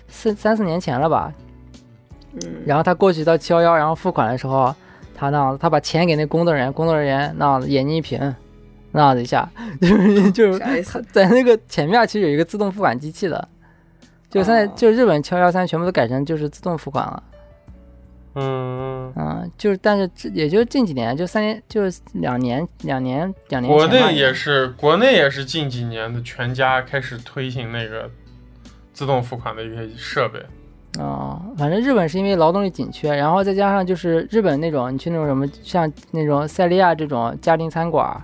四三四年前了吧，
嗯，
然后他过去到七幺幺，然后付款的时候，他那样子，他把钱给那工作人员，工作人员那样子眼睛一平，那样子一下， 就是就是
啥意思？
在那个前面其实有一个自动付款机器的，就现在
哦
就日本七幺幺三全部都改成就是自动付款了，
嗯，
嗯，就是但是这也就近几年，就三年就是两年两年两年
国
前吧，
内也是，国内也是近几年的全家开始推行那个自动付款的一些设备。
哦，反正日本是因为劳动力紧缺，然后再加上就是日本那种，你去那种什么像那种塞利亚这种家庭餐馆儿，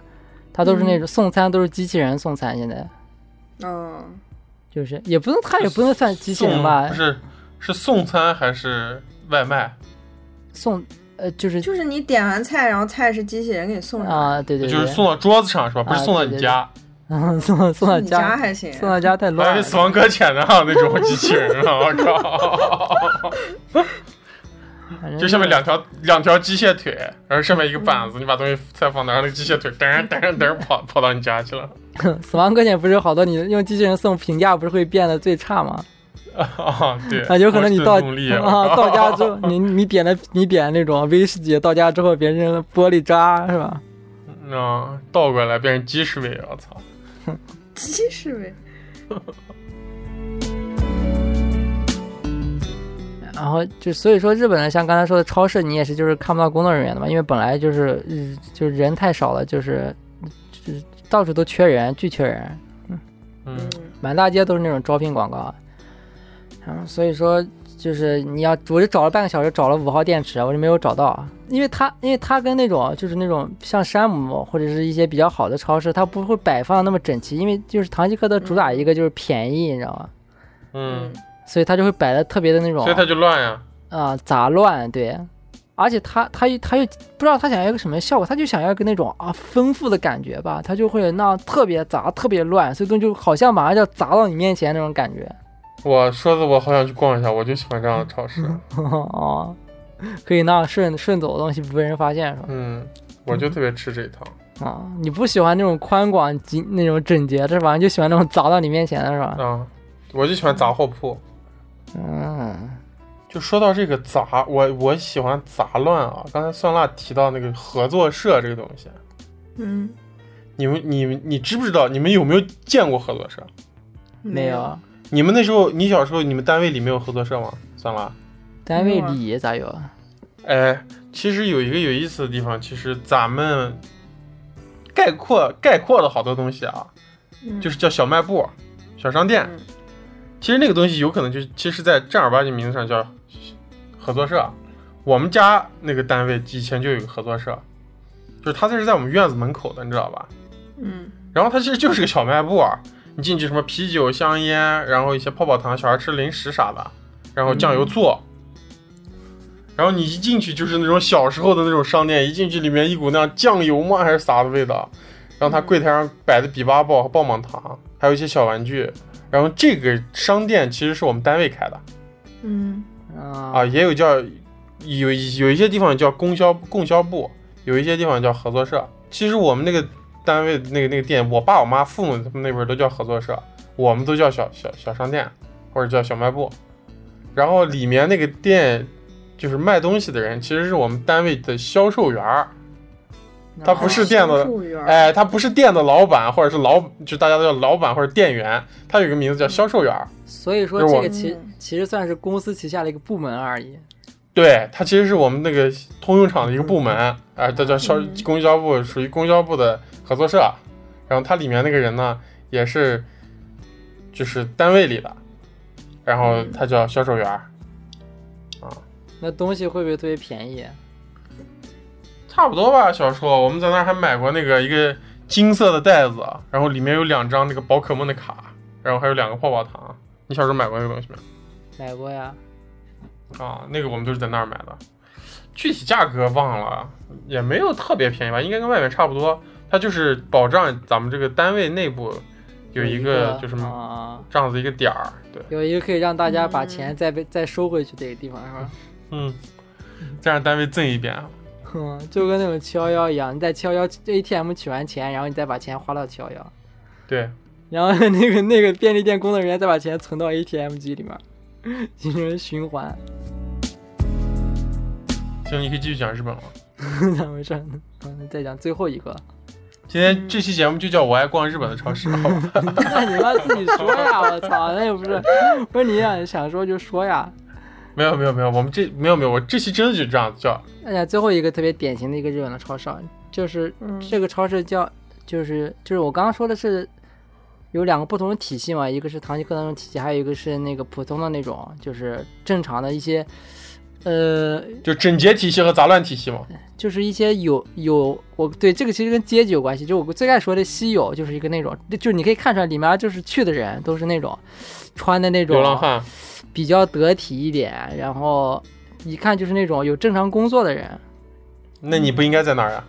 它都是那种送餐都是机器人送餐，现在
哦，
就是也不能，它也不能算机器人
送
吧
不，是，是送餐还是外卖？
送呃就是
就是你点完菜，然后菜是机器人给你送上来，
啊、对对
就是
对，
送到桌子上是吧？不是
啊
送到
对
你
对
家，
送送送到
你家
家，
还行。
送到家太
还
乱
有
了，
死亡搁浅的啊那种机器人啊！我靠，
反正
就下面两条两条机械腿，然后上面一个板子，你把东西再放那，然后那个机械腿噔噔噔跑跑到你家去了。
死亡搁浅不是有好多你用机器人送评价不是会变得最差 吗？
啊，对，
啊，有可能你到
我是动 力
啊到家之后，你你点了你点那种威士忌，到家之后别人扔玻璃渣是吧？
啊，倒过来变成鸡屎味，我操！
鸡是呗。
然后就所以说日本的像刚才说的超市，你也是就是看不到工作人员的嘛，因为本来就是日就是人太少了，就是就是到处都缺人，巨缺人，
嗯
嗯，
满大街都是那种招聘广告。然后嗯所以说就是你要，我就找了半个小时，找了五号电池，我就没有找到，因为它因为它跟那种就是那种像山姆或者是一些比较好的超市，它不会摆放那么整齐，因为就是唐吉诃德主打一个就是便宜，你知道吗？
嗯，
所以它就会摆的特别的那种
所以它就乱呀。
啊、杂乱，对。而且他他又他又不知道他想要一个什么效果，他就想要一个那种啊丰富的感觉吧，他就会那样特别杂、特别乱，所以东西就好像马上就要砸到你面前那种感觉。
我说的我好想去逛一下，我就喜欢这样的超市。
哦，可以那样顺顺走的东西不被人发现，是吧？
嗯，我就特别吃这一套。
啊，你不喜欢那种宽广、及那种整洁的是吧？你就喜欢那种砸到你面前的是吧？
啊，我就喜欢杂货铺。
嗯，
就说到这个杂，我我喜欢杂乱啊。刚才蒜辣提到那个合作社这个东西，
嗯，
你们你们你知不知道？你们有没有见过合作社？
没有，啊，
你们那时候，你小时候你们单位里面有合作社吗？蒜辣？
单位
没有啊
里咋有？啊？
哎，其实有一个有意思的地方，其实咱们概括概括了好多东西啊，
嗯
就是叫小卖部、小商店。
嗯
其实那个东西有可能就是，其实，在正儿八经名字上叫合作社。我们家那个单位以前就有一个合作社，就是它这是在我们院子门口的，你知道吧？
嗯
然后它其实就是个小卖部啊，你进去什么啤酒、香烟，然后一些泡泡糖，小孩吃零食啥的，然后酱油醋。然后你一进去就是那种小时候的那种商店，一进去里面一股那样酱油吗还是啥的味道，然后它柜台上摆的比巴卜和棒棒糖，还有一些小玩具。然后这个商店其实是我们单位开的
嗯
啊
啊，也有叫有有一些地方叫供销供销部，有一些地方叫合作社。其实我们那个单位那个那个店，我爸我妈父母他们那边都叫合作社，我们都叫小小小商店或者叫小卖部。然后里面那个店就是卖东西的人，其实是我们单位的销售员儿。它不是店的
销售员儿
哎，他不是店的老板，或者是老就大家都叫老板或者店员，他有一个名字叫销售员儿。
所以说
就是
这
我
个其
嗯
其实算是公司旗下的一个部门而已。
对，它其实是我们那个通用厂的一个部门，啊、它叫销
嗯
供销部，属于供销部的合作社。然后它里面那个人呢，也是就是单位里的，然后
嗯
他叫销售员儿，
那东西会不会特别便宜？
差不多吧。小时候我们在那儿还买过那个一个金色的袋子，然后里面有两张那个宝可梦的卡，然后还有两个泡泡糖。你小时候买过那个东西没？
买过呀，
啊，那个我们都是在那儿买的，具体价格忘了，也没有特别便宜吧，应该跟外面差不多。它就是保障咱们这个单位内部有一个就是
啊，
这样子一个点儿，对，
有一个可以让大家把
嗯
钱再被再收回去的一个地方是吧？
嗯，再让单位赠一遍啊。
哼， 就跟那种七幺幺一样，你在七幺幺 ATM 取完钱，然后你再把钱花到七幺幺，
对，
然后那个那个便利店工作人员再把钱存到 ATM 机里面， 形成循环，
行，你可以继续讲日本了。
咋回事呢？嗯，再讲最后一个，
今天这期节目就叫我爱逛日本的超市，好吧？
那你妈自己说呀！我操，那也不是，不是你想想说就说呀。
没有没有没有，我们这没有没有，我这期真的就这样子叫，
大家最后一个特别典型的一个日本的超市，啊，就是
嗯
这个超市叫，就是就是我刚刚说的是有两个不同的体系嘛，一个是唐吉诃德那种体系，还有一个是那个普通的那种，就是正常的一些，呃，
就整洁体系和杂乱体系嘛。
就是一些有有我对这个其实跟阶级有关系，就我最爱说的稀有，就是一个那种，就是你可以看出来里面就是去的人都是那种穿的那种
流浪汉，
比较得体一点，然后一看就是那种有正常工作的人。
那你不应该在哪儿啊？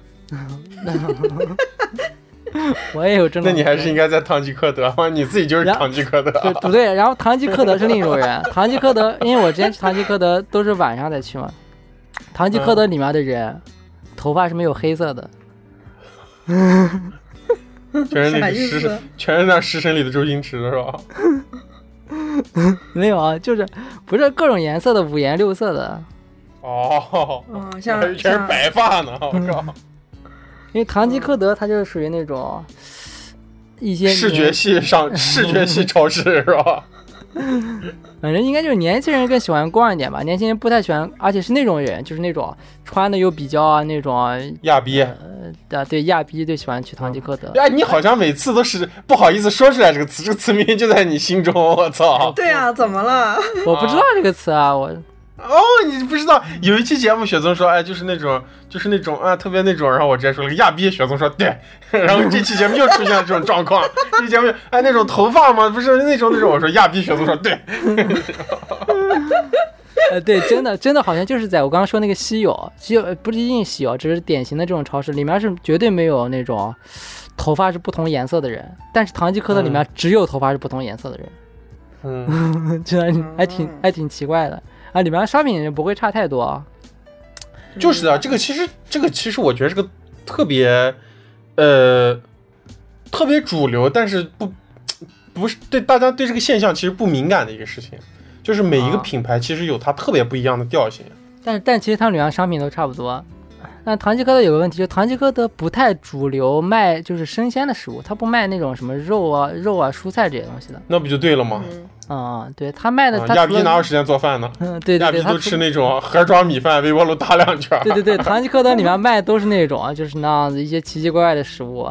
我也有正
那
常工作，
你还是应该在唐吉诃德，你自己就是
嗯然
唐吉诃德。
对不对？然后堂吉诃德是另一种 人，堂吉诃德，因为我之前去堂吉诃德都是晚上再去嘛，堂吉诃德里面的人、
嗯
头发是没有黑色的，
全是那
啥
个
意
食
思
神，全是那食神里的周星驰是吧？
没有啊，就是不是各种颜色的，五颜六色的。
哦，
嗯，
还
像
全是
像
白发呢，我靠！
因为堂吉诃德它就是属于那种一些
视觉
年
系上，视觉系超市是吧？
反正应该就是年嗯轻人更喜欢逛一点吧，年轻人不太喜欢，而且是那种人，就是那种穿的又比较啊那种
亚逼，
呃啊，对亚逼最喜欢去堂吉诃德。
哎，你好像每次都是不好意思说出来这个词，这个词明明就在你心中，我操！
对啊，怎么了？
嗯
我不知道这个词啊，我
哦，你不知道有一期节目，雪松说，哎，就是那种，就是那种啊，特别那种，然后我直接说了个亚逼，雪松说对， 然后这期节目又出现了这种状况，这期节目哎那种头发吗？不是那种那种，我说亚逼，雪松说对，
呃，对，真的，真的好像就是在我刚刚说那个稀有，稀有呃不一定稀有，只是典型的这种超市里面是绝对没有那种头发是不同颜色的人，但是堂吉诃德里面只有头发是不同颜色的人，
嗯，
真的还挺
嗯
还挺奇怪的啊。里面商品也不会差太多，
就是
嗯
嗯
的，这个其实这个其实我觉得是个特别，呃，特别主流，但是不不是对大家对这个现象其实不敏感的一个事情，就是每一个
啊
品牌其实有它特别不一样的调性。
但但其实它们两样商品都差不多。那唐吉诃德有个问题，就唐吉诃德不太主流卖就是生鲜的食物，它不卖那种什么肉啊、肉啊、蔬菜这些东西的。
那不就对了吗？
嗯，
啊、对他卖的，
啊
他
亚
除
逼
了
哪有时间做饭呢？
嗯，对
亚
对
逼
对，他
都
除
吃那种盒装米饭，微波炉打两圈 儿。
对对对，唐吉诃德里面卖都是那 种啊就是那样子一些奇奇怪怪的食物，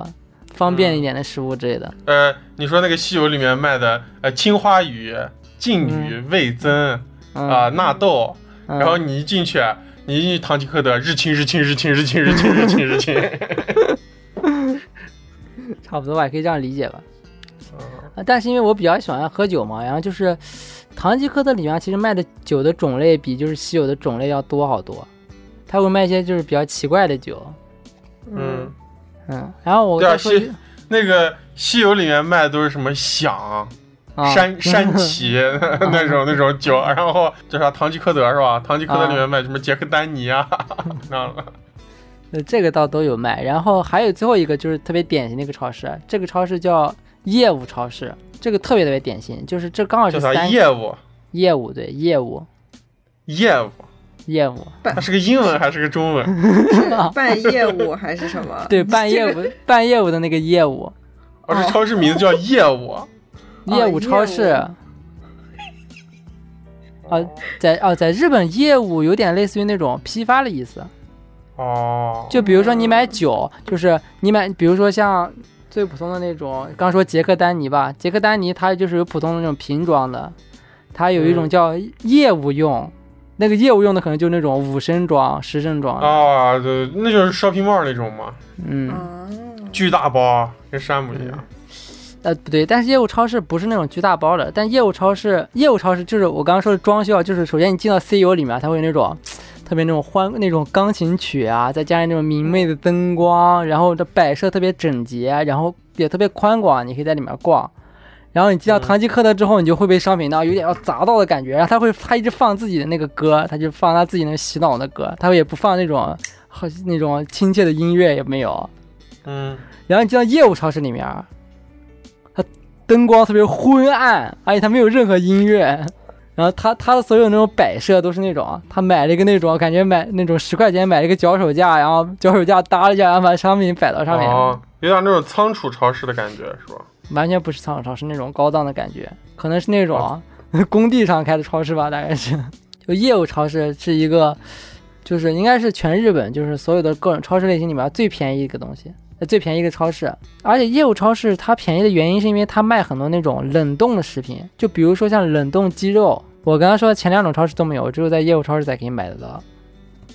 方便一点的食物之类的。
呃，你说那个西游里面卖的，呃，青花鱼、鲭鱼、味增啊、
嗯，
纳豆，
嗯
然后你一进去，啊你一进去唐吉诃德，日清日清日清日清日清日清 日清。
差不多吧，也可以这样理解吧。啊，但是因为我比较喜欢喝酒嘛，然后就是唐吉诃德里面其实卖的酒的种类比就是稀有的种类要多好多，他会卖一些就是比较奇怪的酒，
嗯，
嗯，然后我
对啊
再说
是
一
那个西游里面卖的都是什么响、
啊，
山山崎 那种那种酒，然后叫啥唐吉诃德是吧？唐吉诃德里面卖什么杰克丹尼啊，那
呃这个倒都有卖。然后还有最后一个就是特别典型的一个超市，啊这个超市叫业务超市，这个特别特别典型，就是这刚好
叫
是
啥
三
业务
业务对业务
业务，
业 务
它是个英文还是个
啊
中文？嗯
办业务还是 什么？
对办业务办业务的那个业务
哦，这超市名字叫业 务。
哦业务超市。 啊，在啊，在日本业务有点类似于那种批发的意思，
哦，
就比如说你买酒，就是你买，比如说像最普通的那种，刚说杰克丹尼吧，杰克丹尼它就是有普通的那种瓶装的，它有一种
嗯
叫业务用，那个业务用的可能就是那种五升装、十升装的，
啊，对，那就是 shopping mall 那种嘛，
嗯，
啊，
巨大包，跟山姆一样。
呃不对，但是业务超市不是那种巨大包的，但业务超市业务超市就是我刚刚说的装修啊，就是首先你进到 CEO 里面，它啊会有那种。特别那种欢那种钢琴曲啊，再加上那种明媚的灯光，然后这摆设特别整洁，啊然后也特别宽广，你可以在里面逛。然后你进到
嗯
唐吉诃德之后，你就会被商品到有点要砸到的感觉。然后他会他一直放自己的那个歌，他就放他自己那个洗脑的歌，他也不放那种好那种亲切的音乐也没有。
嗯，
然后你进到业务超市里面，啊它灯光特别昏暗，而且它没有任何音乐。然后它它的所有那种摆设都是那种，他买了一个那种感觉买那种十块钱买了一个脚手架，然后脚手架搭了一下，然后把商品摆到上面，
哦，有点那种仓储超市的感觉，是吧？
完全不是仓储超市那种高档的感觉，可能是那种 工地上开的超市吧，大概是。就业务超市是一个，就是应该是全日本就是所有的各种超市类型里面最便宜一个东西，呃最便宜一个超市。而且业务超市它便宜的原因是因为它卖很多那种冷冻的食品，就比如说像冷冻鸡肉。我刚刚说的前两种超市都没有，只有在业务超市才可以买得到。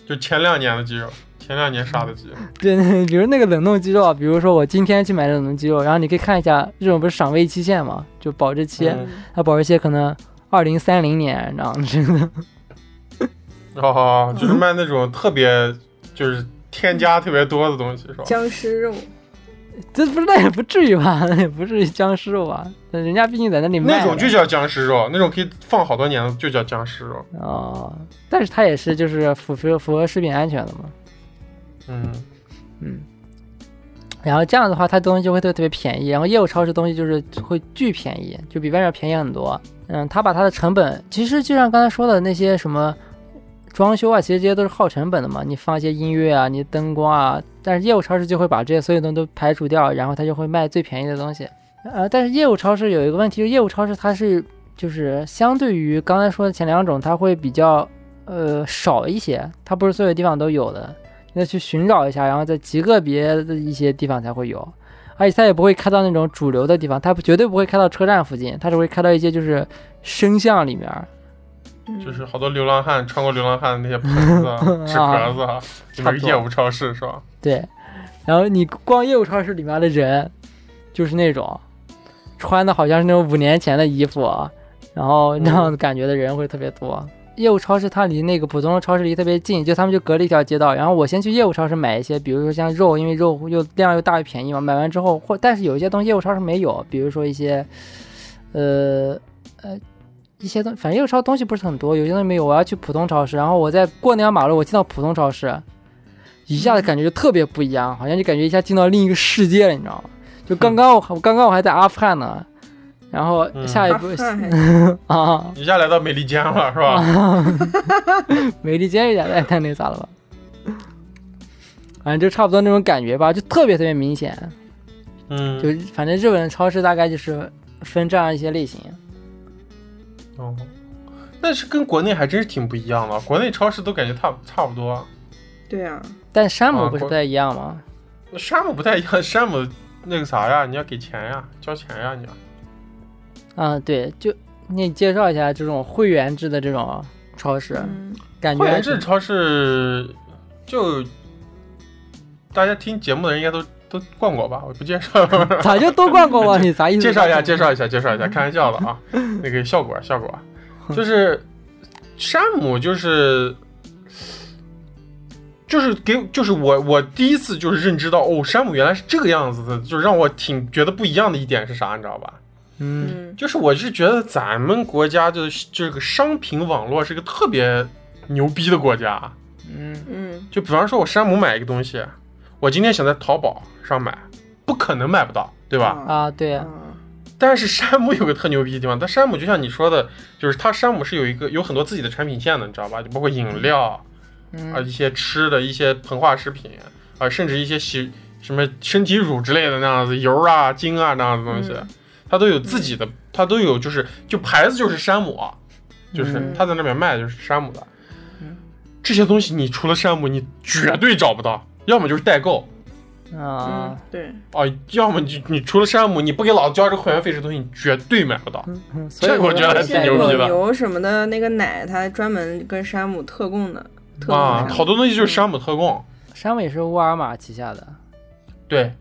就前两年的鸡肉，前两年杀的鸡肉。
嗯对， 比如那个冷冻鸡肉啊，比如说我今天去买冷冻鸡肉，然后你可以看一下，日本不是赏味期限嘛，就保质期。
嗯
它保质期可能二零三零年，你知道吗？真的，
哦，就是卖那种特别，就是添加特别多的东西，是吧？
僵尸肉，
这不是那也不至于吧？那也不至于僵尸肉吧？那人家毕竟在那里嗯卖
那
了
种就叫僵尸肉，那种可以放好多年的就叫僵尸肉。
哦，但是它也是就是符合符合食品安全的嘛，
嗯，
嗯。然后这样的话，它东西就会特别特别便宜，然后业务超市东西就是会巨便宜，就比外面便宜很多。嗯，它把它的成本，其实就像刚才说的那些什么装修啊，其实这些都是耗成本的嘛。你放一些音乐啊，你灯光啊，但是业务超市就会把这些所有东西都排除掉，然后它就会卖最便宜的东西。呃，但是业务超市有一个问题，就是业务超市它是就是相对于刚才说的前两种，它会比较呃少一些，它不是所有地方都有的，你得去寻找一下，然后在极个别的一些地方才会有。而且它也不会开到那种主流的地方，它不绝对不会开到车站附近，它只会开到一些就是深巷里面儿，
嗯
就是好多流浪汉穿过流浪汉的那些盆 子啊、纸盒子啊，就
差不
那个
多
业务超市是吧？
对，然后你逛业务超市里面的人，就是那种穿的好像是那种五年前的衣服，啊然后那样子感觉的人会特别多。业务超市它离那个普通的超市离特别近，就他们就隔了一条街道。然后我先去业务超市买一些，比如说像肉，因为肉又量又大又便宜嘛。买完之后，或但是有一些东西业务超市没有，比如说一些，呃呃，一些东，反正右超东西不是很多，有些东西没有，我要去普通超市，然后我在过那条马路，我进到普通超市，一下
嗯
子感觉就特别不一样，好像就感觉一下进到另一个世界了，你知道吗？就刚刚我还我刚刚我还在阿富汗呢，然后
嗯
下一
阿
步、
富汗还
啊，
一下来到美利坚了，是吧？
美利坚一点太太那啥了吧，反正就差不多那种感觉吧，就特别特别明显，
嗯，
就反正日本的超市大概就是分这样一些类型，
哦，那是跟国内还真是挺不一样的。国内超市都感觉差差不多，
对 啊，
但山姆
啊
不是
国
不太一样吗？
山姆不太一样，山姆那个啥呀，你要给钱呀，交钱呀，你要。
啊，对，就你介绍一下这种会员制的这种超市，
嗯，
感觉
会
还
员
挺
制超市就大家听节目的人应该都 都逛过吧？我不介绍，
咋就都逛过了？你啥意思？
介绍一下，介绍一下，介绍一下，开玩 笑的啊，那个效果效果，就是山姆就是。就是给，就是我，我第一次就是认知到，哦，山姆原来是这个样子的，就是让我挺觉得不一样的一点是啥，你知道吧？
嗯，
嗯
就是我是觉得咱们国家的这个商品网络是个特别牛逼的国家，啊
嗯
嗯
就比方说，我山姆买一个东西，我今天想在淘宝上买，不可能买不到，对吧？
啊，对啊，
啊
但是山姆有个特牛逼的地方，它山姆就像你说的，就是它山姆是有一个有很多自己的产品线的，你知道吧？就包括饮料啊，
嗯
一些吃的一些膨化食品啊，甚至一些洗什么身体乳之类的那样子油啊、精啊那样的东西
嗯，
它都有自己的，它都有就是就牌子就是山姆，就是
嗯
他在那边卖的就是山姆的
嗯。
这些东西你除了山姆，你绝对找不到，要么就是代购，
啊
嗯，，对，
啊，要么你你除了山姆，你不给老子交这个会员费，这东西你绝对买不到。
嗯所以
这个我觉得还挺
现在
牛逼的
狗牛什么的那个奶，它专门跟山姆特供的，特供
啊，
山姆
好多东西就是山姆特供。
山姆也是沃尔玛旗下的，
对，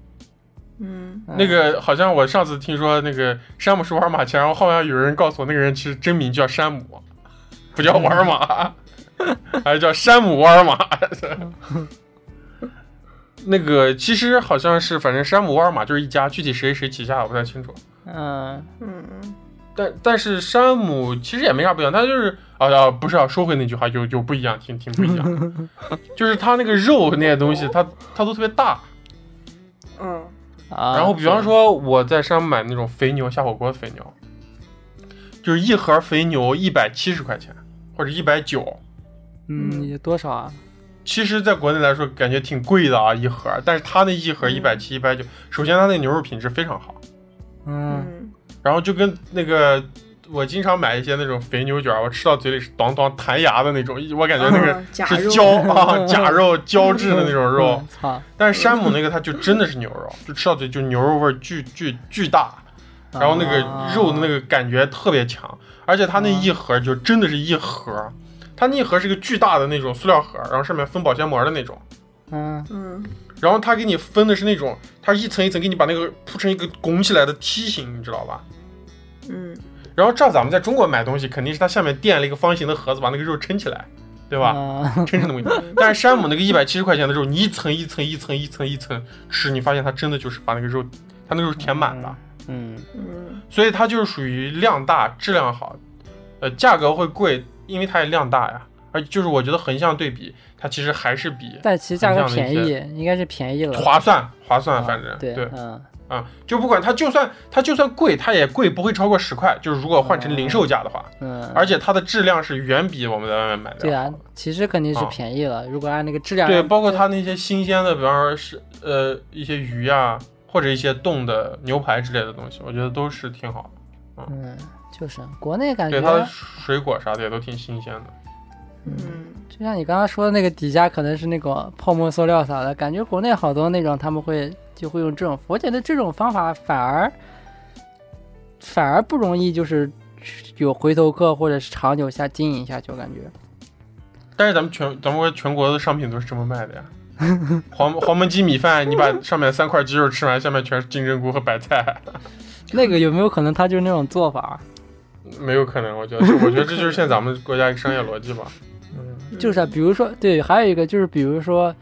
嗯，
嗯
那个好像我上次听说那个山姆是沃尔玛前，然后后来有人告诉我，那个人其实真名叫山姆，不叫沃尔玛，还叫山姆沃尔玛。那个其实好像是，反正山姆沃尔玛就是一家，具体谁谁旗下我不太清楚。
嗯
嗯嗯
但但是山姆其实也没啥不一样，他就是啊啊，不是啊，说回那句话，有有不一样，挺挺不一样，就是他那个肉那些东西，它它都特别大。
嗯
啊，
然后比方说我在山姆买那种肥牛下火锅的肥牛，就是一盒肥牛一百七十块钱或者一百九，
嗯，有多少啊？
其实在国内来说感觉挺贵的啊一盒，但是他那一盒一百七一百九，首先他那牛肉品质非常好，
嗯，
嗯
然后就跟那个。我经常买一些那种肥牛卷，我吃到嘴里是咚咚弹牙的那种，我感觉那个
哦
啊假
是
肉
胶啊， 假肉胶质的那种肉
嗯。操，
但是山姆那个它就真的是牛肉，就吃到嘴就牛肉味儿巨巨巨大，
啊
然后那个肉的那
个
个感觉特别强，而且它那一盒就真的是一盒，它那一盒是个巨大的那种塑料盒，然后上面封保鲜膜的那种，
嗯
嗯
然后它给你分的是那种，它一层一层给你把那个铺成一个拱起来的梯形，你知道吧？
嗯
然后照咱们在中国买东西，肯定是它下面垫了一个方形的盒子，把那个肉撑起来，对吧？
吧？
真正的问题。但是山姆那个一百七十块钱的肉，你一层一层一层一层一层吃，你发现它真的就是把那个肉，它那个肉填满了，
嗯
嗯
所以它就是属于量大质量好，呃，价格会贵，因为它也量大呀。而就是我觉得横向对比，它其实还是比
但其实价格
很像
便
的一些
宜，应该是便宜了，
划算划算，
啊
反正
对
对
嗯
啊，就不管它就算它就算贵，它也贵不会超过十块，就是如果换成零售价的话，
嗯，
而且它的质量是远比我们在外面买的
对
要好
啊，其实肯定是
啊
便宜了，如果按那个质量
对，包括它那些新鲜的，比方说是呃一些鱼呀、或者一些冻的牛排之类的东西，我觉得都是挺好的。
嗯，就是国内感觉
对，它的水果啥的也都挺新鲜的。
嗯
就像你刚刚说的那个底价可能是那种泡沫塑料啥的，感觉国内好多那种他们会就会用这种，我觉得这种方法反而反而不容易就是有回头客或者是长久下经营下去，我感觉。
但是咱们全咱们国全国的商品都是这么卖的呀。 黄黄焖鸡米饭，你把上面三块鸡肉吃完，下面全是金针菇和白菜，
那个有没有可能他就是那种做法，
没有可能。我觉得是，我觉得这就是现在咱们国家一个商业逻辑吧。
嗯
就是啊比如说对，还有一个就是比如说，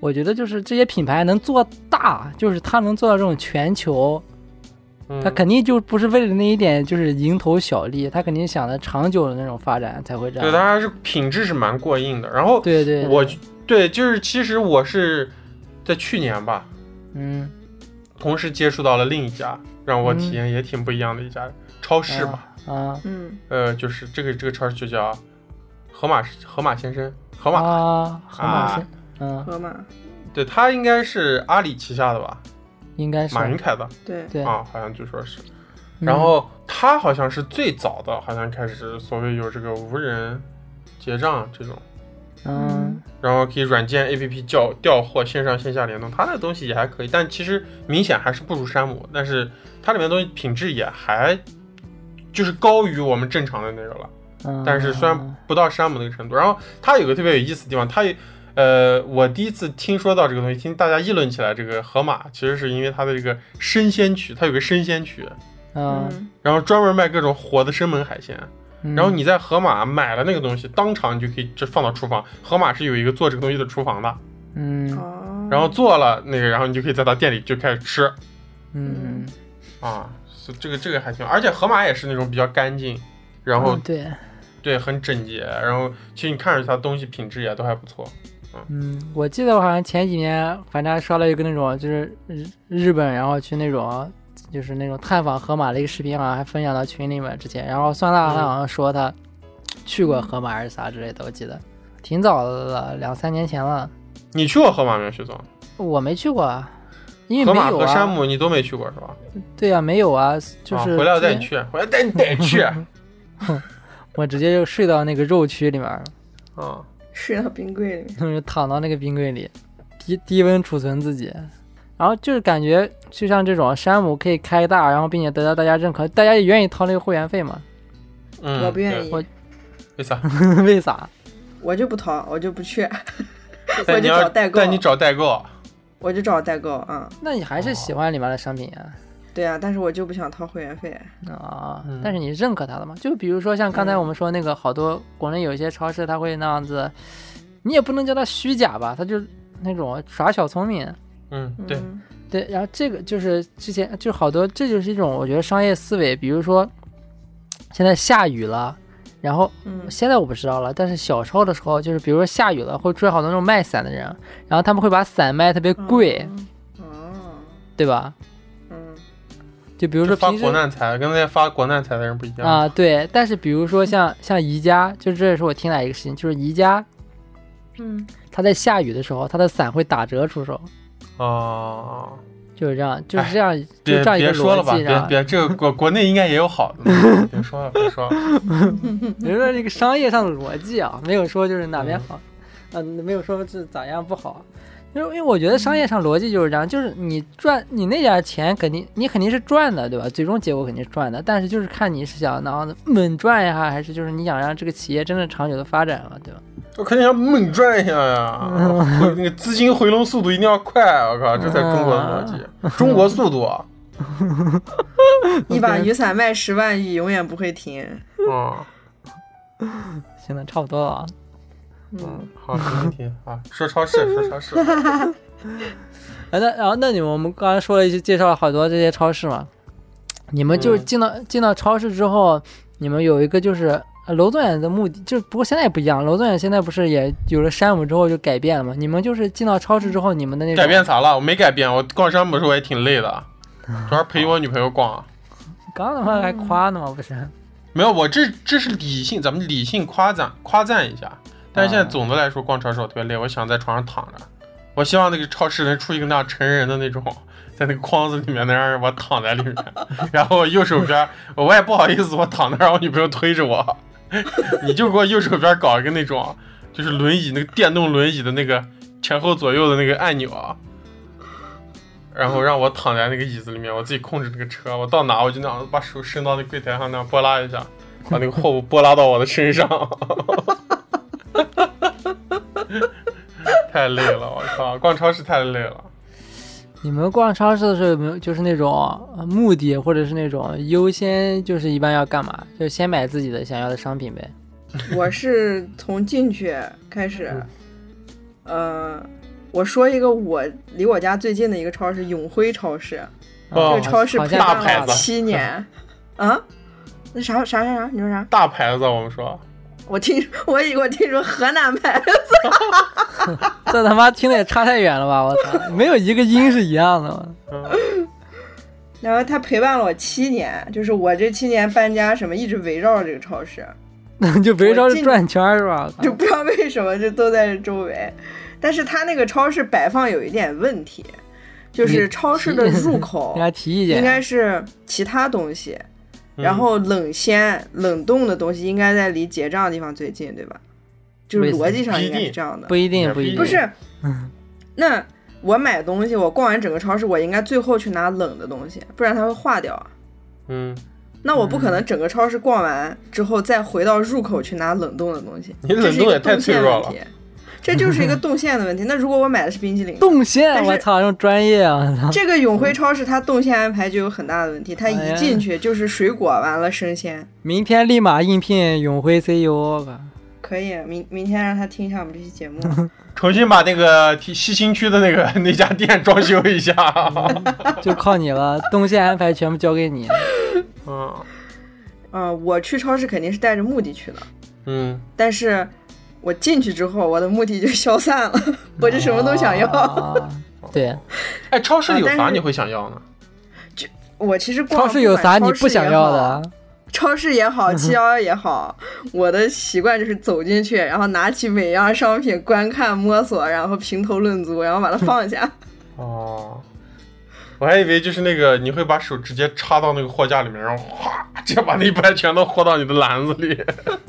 我觉得就是这些品牌能做大，就是他能做到这种全球
嗯
他肯定就不是为了那一点就是蝇头小利，他肯定想的长久的那种发展才会这样。
对，他还是品质是蛮过硬的。然后
啊对啊对，
我对，就是其实我是在去年吧，
嗯，
同时接触到了另一家让我
嗯
体验也挺不一样的一家、超市嘛，
啊
嗯，
呃，就是这个这个超市就叫河马河马先生，河马，
啊，河马
啊
是，嗯，
河马，
对，它应该是阿里旗下的吧，
应该是
马云开的
对，
对。
啊，好像据说是。
嗯
然后它好像是最早的，好像开始所谓有这个无人结账这种。
嗯
然后可以软件 APP 叫调货，线上线下联动，它的东西也还可以，但其实明显还是不如山姆，但是它里面的东西品质也还就是高于我们正常的那个了，
嗯，
但是虽然不到山姆那个程度。然后它有个特别有意思的地方，它有呃，我第一次听说到这个东西，听大家议论起来这个河马，其实是因为它的这个生鲜区，它有个生鲜区，啊
嗯，
嗯，
然后专门卖各种活的生猛海鲜。
嗯
然后你在盒马买了那个东西，当场你就可以就放到厨房。盒马是有一个做这个东西的厨房的，
嗯
哦，
然后做了那个，然后你就可以在他店里就开始吃
嗯，
啊。所以这个这个还挺，而且盒马也是那种比较干净，然后、
嗯对，
对很整洁，然后其实你看着它东西品质也都还不错。
嗯，我记得我好像前几年，反正还刷了一个那种，就是日日本，然后去那种，就是那种探访河马的一个视频，好像还分享到群里面之前。然后酸辣他好像说他 去过河马还是啥之类的，我记得挺早的了，两三年前了。
你去过盒马没有，徐总？
我没去过啊，因为
盒
没
马
有
和山
啊。
姆你都没去过是吧？
对呀、没有啊，就
啊
是、
回来我带你，去，回来带你 带你去
我直接就睡到那个肉区里面了。
啊。
睡到冰柜里面，
就是躺到那个冰柜里，低低温储存自己。然后就是感觉就像这种山姆可以开大，然后并且得到大家认可，大家也愿意掏那个会员费嘛？
嗯，
我不愿意
对，为啥？
为啥？
我就不掏，我就不去， 我
但你
就
要
找代购，
但你找代购，
我就找代购啊、
那你还是喜欢里面的商品啊？
对啊，但是我就不想掏会员费，
啊、
嗯
但是你认可它了吗？就比如说像刚才我们说那个，好多国内有一些超市，它会那样子，你也不能叫它虚假吧，它就那种耍小聪明。
嗯，对，
嗯
对，然后这个就是之前就好多，这就是一种我觉得商业思维。比如说，现在下雨了，然后
嗯
现在我不知道了，但是小时候的时候，就是比如说下雨了，会出现好多那种卖伞的人，然后他们会把伞卖特别贵，，
嗯哦，
对吧？
嗯
就比如说
发
平时
国难财跟那些发国难财的人不一样。
啊、对，但是比如说像像宜家，就这也是我听来一个事情，就是宜家
嗯，
它在下雨的时候，它的伞会打折出售，
哦，
就是这样，就是
哎
这样，就
别
这样一
别
个
说了吧，
逻辑，然
别
后
别，这个国国内应该也有好的呢，别说了，别说了。
比如说这个商业上的逻辑啊，没有说就是哪边好，嗯、没有说是咋样不好，因为因为我觉得商业上逻辑就是这样，就是你赚你那点钱肯定你肯定是赚的，对吧？最终结果肯定是赚的，但是就是看你是想然后稳赚呀，还是就是你想让这个企业真的长久的发展了，对吧？
我肯定要猛赚一 下呀，回那个资金回笼速度一定要快，啊我靠，这才中国的逻
啊
辑，中国速度。啊
一把雨伞卖十万亿，永远不会停，
嗯
行了，差不多了啊。
嗯，好，没问题啊。说超市，说超市，
哎，那然后那你们我们刚才说了一些介绍了好多这些超市嘛，你们就是
嗯
进到、进到超市之后，你们有一个就是呃楼总远的目的，就是不过现在也不一样，楼总远现在不是也有了山姆之后就改变了嘛？你们就是进到超市之后，你们的那种
改变啥了？我没改变，我逛山姆的时候我也挺累的，主要是陪我女朋友逛。啊
刚他妈还夸呢嘛，不
嗯
是？
没有，我这这是理性，咱们理性夸赞夸赞一下。但是现在总的来说，逛超市我特别累，我想在床上躺着。我希望那个超市能出一个那样成人的那种， 在那个框子里面能让我躺在里面， 然后我右手边我我也不好意思，我躺那儿让我女朋友推着我， 你就给我右手边搞一个那种，就是轮椅那个电动轮椅的那个前后左右的那个按钮啊，然后让我躺在那个椅子里面，我自己控制那个车，我到哪我就那样把手伸到那柜台上那样拨拉一 下，把那个货物拨拉到我的身上。 太累了，我靠！逛超市太累了。
你们逛超市的时候有没有就是那种呃目的或者是那种优先，就是一般要干嘛？就先买自己的想要的商品呗。
嗯
我是从进去开始，呃，我说一个我离我家最近的一个超市，永辉超市，
哦
这个超市
好
陪
像
大
看
牌
到
伴我
子
了
七年，啊，那啥啥啥啥？你说啥？
大牌子，我们说
我听 我以我听说河南牌，
这他妈听的也差太远了吧！我操，没有一个音是一样的嘛。
嗯
然后他陪伴了我七年，就是我这七年搬家什么，一直围绕着这个超市，
哦
那 就围绕
我
着
进
转圈儿是吧？啊
就不知道为什么就都在这周围。但是他那个超市摆放有一点问题，就是
你
超市的入口
应该提意见，
应该是其他东西，
嗯
然后冷鲜、冷冻的东西应该在离结账的地方最近，对吧？就是
为此
逻辑上
不一
应该是
定
这样的
不。一定，
也
不一定，
不是，那我买东西，我逛完整个超市，我应该最后去拿冷的东西，不然它会化掉啊。
嗯，
那我不可能整个超市逛完之后再回到入口去拿冷冻的东西，
你
这
冷
是一
冻
个
也太
动
脆
线
弱
问
了
题。这就是一个动线的问题。那如果我买的是冰淇淋，
动
但
线，
是
我操，用专业啊！我操
这个永辉超市它动线安排就有很大的问题。它
哎
一
呀
进去就是水果，完了生鲜，
明天立马应聘永辉 CEO 吧。
可以明明天让他听一下我们这期节目。
重新把那个提西新区的那个 那家店装修一下。
嗯
就靠你了，动线安排全部交给你。
嗯
啊、我去超市肯定是带着目的去的，
嗯，
但是我进去之后，我的目的就消散了， 我就什么都想要。
啊 对，
哎，超市里有
啊但
啥
是
你会想要呢？
我其实逛
超市有啥
不
你不
管超市
想
也
要
好
的啊？？
超市也 好，七幺幺也好，我的习惯就是走进去，然后拿起每样商品观看摸索，然后评头论足，然后把它 放下。
哦，我还以为就是那个你会把手直接插到那个货架里面，然后哗，直接把那一排全都豁到你的篮子里。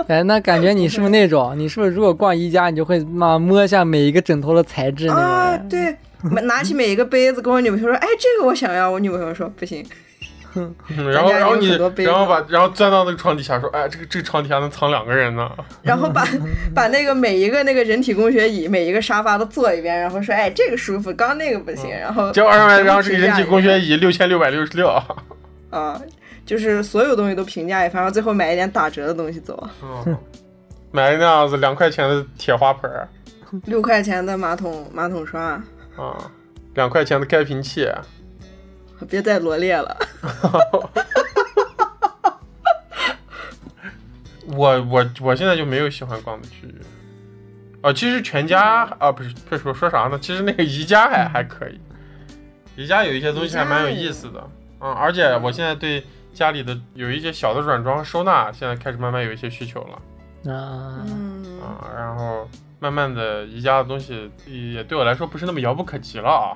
哎，那感觉你是不是那种？你是不是如果逛宜家，你就会妈摸一下每一个枕头的材质那种
啊
人？，
对，拿起每一个杯子跟我女朋友说：“哎，这个我想要。”我女朋友说：“不行。
嗯然后，
咱家
然后
有
你
很多，杯
然后
子
把，然后钻到那个床底下，说：“哎，这个这个床底下能藏两个人呢。””
然后把把那个每一个那个人体工学椅、每一个沙发都坐一遍，然后说：“哎，这个舒服，刚那个不行。”然后
嗯结果二万，然后这个
评
人
价
体
一
工
遍
学椅六千六百六十六。
啊，就是所有东西都评价一番，然后最后买一点打折的东西 走，
嗯，买了那样子两块钱的铁花盆儿，
六块钱的马桶马桶刷，
啊、两块钱的开瓶器，
别再罗列了。
啊我我我现在就没有喜欢逛的区域。啊、其实全家啊，不是不是说说啥呢？其实那个宜家还还可以，宜嗯家有一些东西还蛮有意思的。嗯，而且我现在对家里的有一些小的软装收纳，现在开始慢慢有一些需求了。
啊，
嗯，
啊，然后慢慢的宜家的东西也对我来说不是那么遥不可及了啊，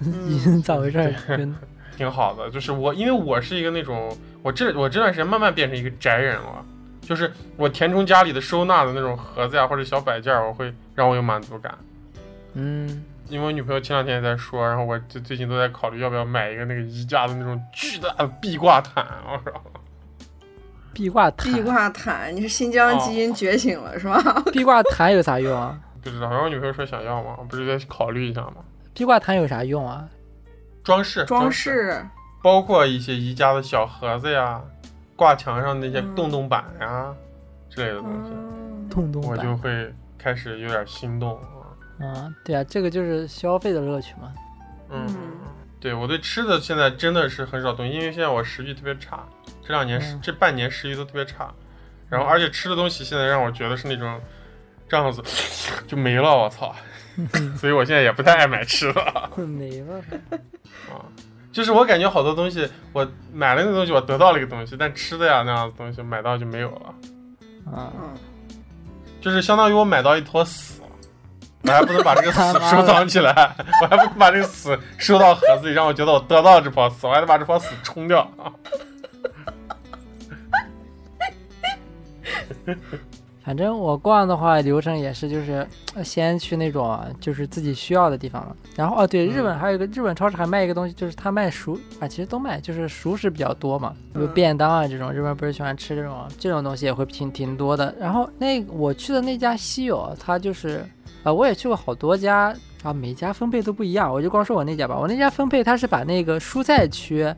嗯
咋回事 儿？真的
挺好的。就是我，因为我是一个那种，我这我这段时间慢慢变成一个宅人了，就是我填充家里的收纳的那种盒子呀、或者小摆件儿，我会让我有满足感。
嗯，
因为我女朋友前两天也在说，然后我最最近都在考虑要不要买一个那个宜家的那种巨大的壁挂毯，我说
壁挂
壁
毯，
挂毯，你是新疆
哦
基因觉醒了、是吧？
壁挂毯有啥用啊？
不知道。然后我女朋友说想要嘛，我不是在考虑一下嘛，
壁挂毯有啥用啊？
装饰
装
饰。
饰，
包括一些宜家的小盒子呀，挂墙上那些
嗯
洞洞板呀、之类的东西，
嗯
洞洞
我
板
就会开始有点心动啊。
啊，对啊，这个就是消费的乐趣嘛。
嗯，
嗯
对我对吃的现在真的是很少东西，因为现在我食欲特别差，这两年、
嗯
这半年食欲都特别差，然后而且吃的东西现在让我觉得是那种这样子 就没了，我操！所以我现在也不太爱买吃的。
没了，
啊，就是我感觉好多东西，我买了那东西，我得到了一个东西，但吃的呀那样的东西买到就没有了，
啊，
嗯，
就是相当于我买到一坨屎，我还不能把这个屎收藏起来， 我还不能把这个屎收到盒子里，让我觉得我得到了这泡屎，我还得把这泡屎冲掉。
反正我逛的话，流程也是就是呃先去那种就是自己需要的地方了。然后哦，对，
嗯
日本还有一个日本超市还卖一个东西，就是他卖熟啊，其实都卖，就是熟食比较多嘛，比如
嗯
便当啊这种，日本不是喜欢吃这种这种东西也会挺挺多的。然后那我去的那家西友，它就是啊，我也去过好多家啊，每家分配都不一样，我就光说我那家吧，我那家分配它是把那个蔬菜区。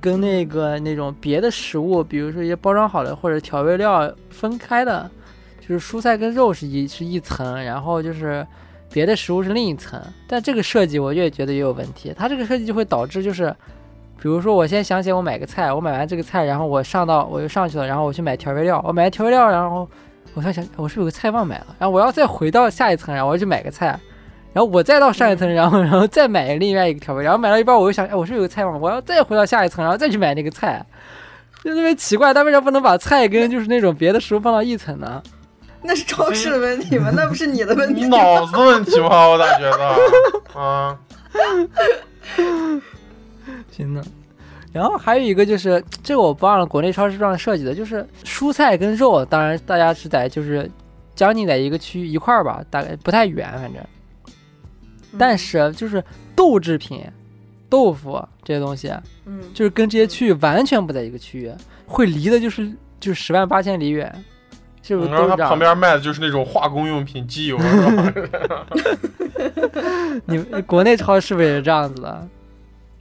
跟那个那种别的食物，比如说一些包装好的或者调味料分开的，就是蔬菜跟肉是一是一层，然后就是别的食物是另一层。但这个设计我越觉得越有问题，它这个设计就会导致就是，比如说我先想起我买个菜，我买完这个菜，然后我上到我又上去了，然后我去买调味料，我买调味料，然后我想想我是不是有个菜忘买了，然后我要再回到下一层，然后我要去买个菜。然后我再到上一层，然后然后再买另外一个调味，然后买到一半，我又想，哎，我是不是有个菜忘了，我要再回到下一层，然后再去买那个菜，就特别奇怪，他为啥不能把菜跟就是那种别的食物放到一层呢？
那是超市的问题吗？嗯那不是你的问
你
题。
脑子问题吧？我咋觉 得？啊，
行的。然后还有一个就是，这个我忘了国内超市上设计的，就是蔬菜跟肉，当然大家是在就是将近在一个区域一块儿吧，大概不太远，反正。但是就是豆制品、豆腐这些东西，
嗯，
就是跟这些区域完全不在一个区域，会离的就是就是十万八千里远，是不是
嗯然后
都
他
这样？
旁边卖的就是那种化工用品、机油，是 吧
你们国内超市是不是也是这样子的？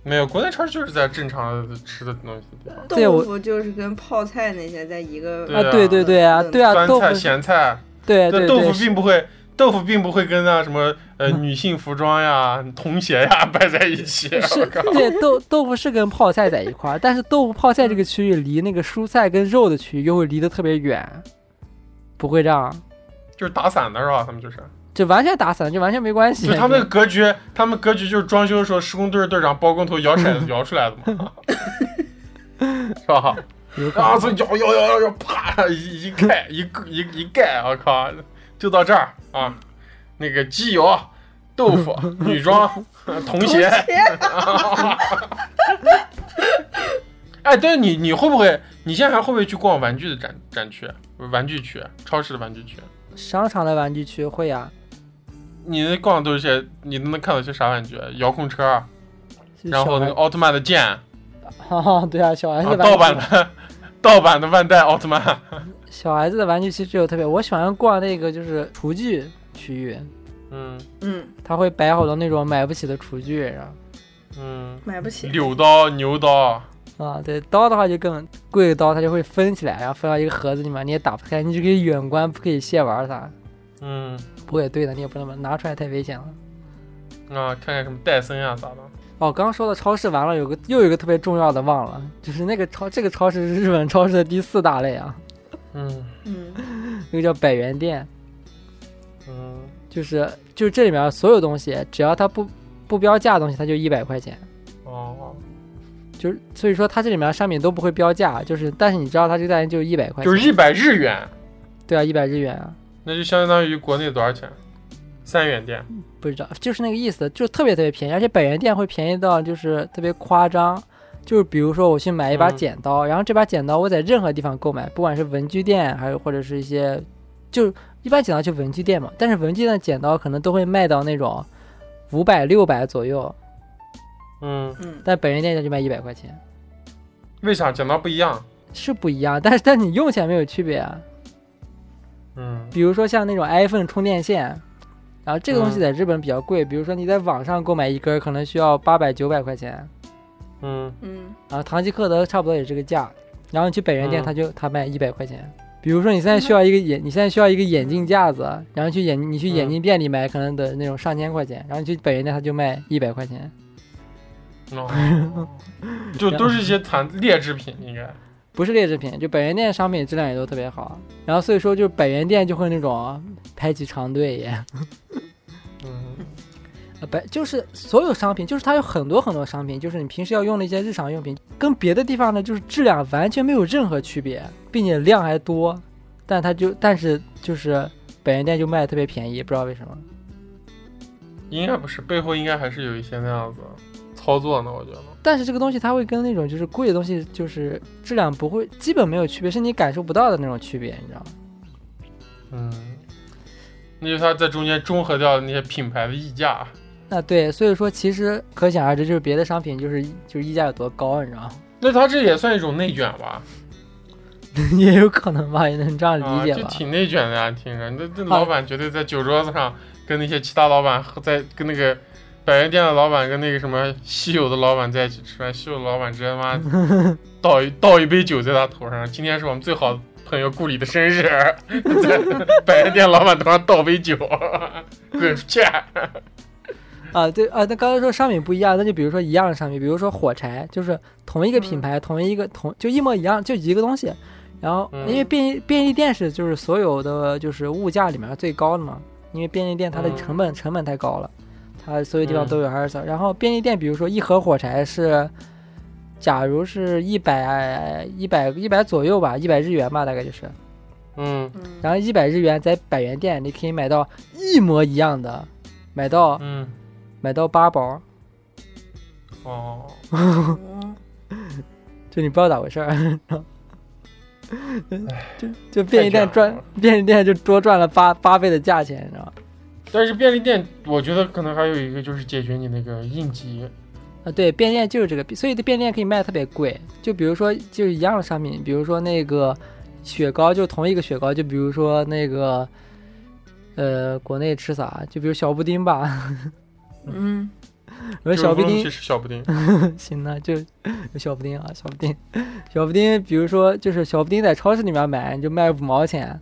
没有，国内超市就是在正常的吃的东西的地方，
对
豆
我
腐就是跟泡菜那些在一个
对啊
对对对啊，对啊，
酸
豆腐
菜、咸菜，
对
但
对
豆
对，
腐并不会，豆腐并不会跟那什么 呃女性服装呀、童鞋呀 摆在一起。
是对豆豆腐是跟泡菜在一块儿，但是豆腐泡菜这个区域离那个蔬菜跟肉的区域又会离得特别远，不会这样，
就是打散的是吧？他们就是，
就完全打散，就完全没关系。
就他们那个格局，他们格局就是装修的时候施工队队长包工头摇骰子摇出来的 嘛， 是吧？
有可
啊，
能
所以摇摇摇摇摇，啪一一盖一个一一盖，我靠，就到这儿啊！那个机油、豆 腐、女装、童鞋， 哎，但是你你会不会？你现在还会不会去逛玩具的展展区、玩具区、超市的玩具区？
商场的玩具区会啊呀、
你逛的都是些，你都能看到些啥玩具？遥控车，啊
就
然后
小
那个奥特曼的剑，啊，
孩，哈，对啊，小孩子的玩具
盗版的 盗版的万代奥特曼。
小孩子的玩具区只有特别，我喜欢逛那个就是厨具区域，
嗯
嗯，
他会摆好多那种买不起的厨具，然后
嗯，
买不起。
柳刀、牛刀。
啊，对刀的话就更贵的刀，它就会分起来，然后分到一个盒子里面，你也打不开，你只可以远观，不可以亵玩它。
嗯
不会对的，你也不能拿出来，太危险了。
啊，看看什么戴森啊啥的。
哦，刚刚说到超市完了，有个又有一个特别重要的忘了，就是那个超这个超市是日本超市的第四大类啊，
嗯
嗯
那个叫百元店，
嗯，
就是就是这里面所有东西，只要它不不标价的东西，它就一百块钱。
哦，
就是所以说它这里面商品都不会标价，就是但是你知道它这个价钱就是一百块钱，
就是一百日元，
对啊，一百日元啊，
那就相当于国内多少钱？三元店。
不知道，就是那个意思，就是特别特别便宜，而且百元店会便宜到就是特别夸张。就是比如说我去买一把
嗯
剪刀，然后这把剪刀我在任何地方购买，不管是文具店还有或者是一些，就是一般剪刀去文具店嘛，但是文具店的剪刀可能都会卖到那种五百六百左右，
嗯，
嗯，
但百元店就卖一百块钱，
为啥剪刀不一样？
是不一样，但是但你用起来没有区别啊。
嗯
比如说像那种 iPhone 充电线，然后这个东西
嗯
在日本比较贵，比如说你在网上购买一根儿可能需要八百九百块钱，
嗯
嗯
然后啊唐吉诃德差不多也是个价，然后你去百元店，
嗯
他就他卖一百块钱。比如说你现在需要一个眼，你现在需要一个眼镜架子，然后去眼你去眼镜店里买，可能得那种上千块钱，然后你去百元店他就卖一百块钱，
哦，就都是一些残劣质品，应该。
不是劣质品，就百元店商品质量也都特别好。然后所以说就百元店就会那种排起长队也，
嗯
呃，不，就是所有商品，就是它有很多很多商品，就是你平时要用的一些日常用品，跟别的地方呢，就是质量完全没有任何区别，并且量还多，但它就但是就是百元店就卖的特别便宜，不知道为什么。
应该不是，背后应该还是有一些那样子操作呢，我觉得。
但是这个东西它会跟那种就是贵的东西，就是质量不会基本没有区别，是你感受不到的那种区别，你知道吗？
嗯，那就是他在中间中和掉的那些品牌的溢价。
那对，所以说其实可想而知，就是别的商品就是就是溢价有多高，你知道吗？
那他这也算一种内卷吧？
也有可能吧，也能这样理解吧。
啊、这挺内卷的呀、听着，那这
好
老板绝对在酒桌子上跟那些其他老板喝在跟那个百元店的老板跟那个什么稀有的老板在一起 吃饭，稀有的老板直接妈倒一倒一杯酒在他头上，今天是我们最好的很有顾里的绅士， 在百元店老板头上倒杯酒，滚出去！
啊，对啊，那刚才说商品不一样，那就比如说一样的商品，比如说火柴，就是同一个品牌，同一个同就一模一样，就一个东西。然后
嗯
因为便利便利店是就是所有的就是物价里面最高的嘛，因为便利店它的
嗯
成本成本太高了，它所有地方
嗯
都有二手。然后便利店，比如说一盒火柴是，假如是一百一百一百左右吧，一百日元吧，大概就是。
嗯
然后一百日元在百元店你可以买到一模一样的，买到
嗯
买到八包，
哦，
嗯，
就你不知道咋回事儿， 就就便利店赚
太卷
便利店就多赚了八八倍的价钱，你知道吗？
但是便利店，我觉得可能还有一个就是解决你那个应急，
啊，对，便利店就是这个，所以便利店可以卖得特别贵。就比如说，就是一样的商品，比如说那个雪糕，就同一个雪糕，就比如说那个，呃，国内吃啥？就比如小布丁吧，
嗯，
我说小布
就是
丁
去吃小布丁，
行那就小布丁啊，小布丁，小布丁，比如说就是小布丁在超市里面买，你就卖五毛钱，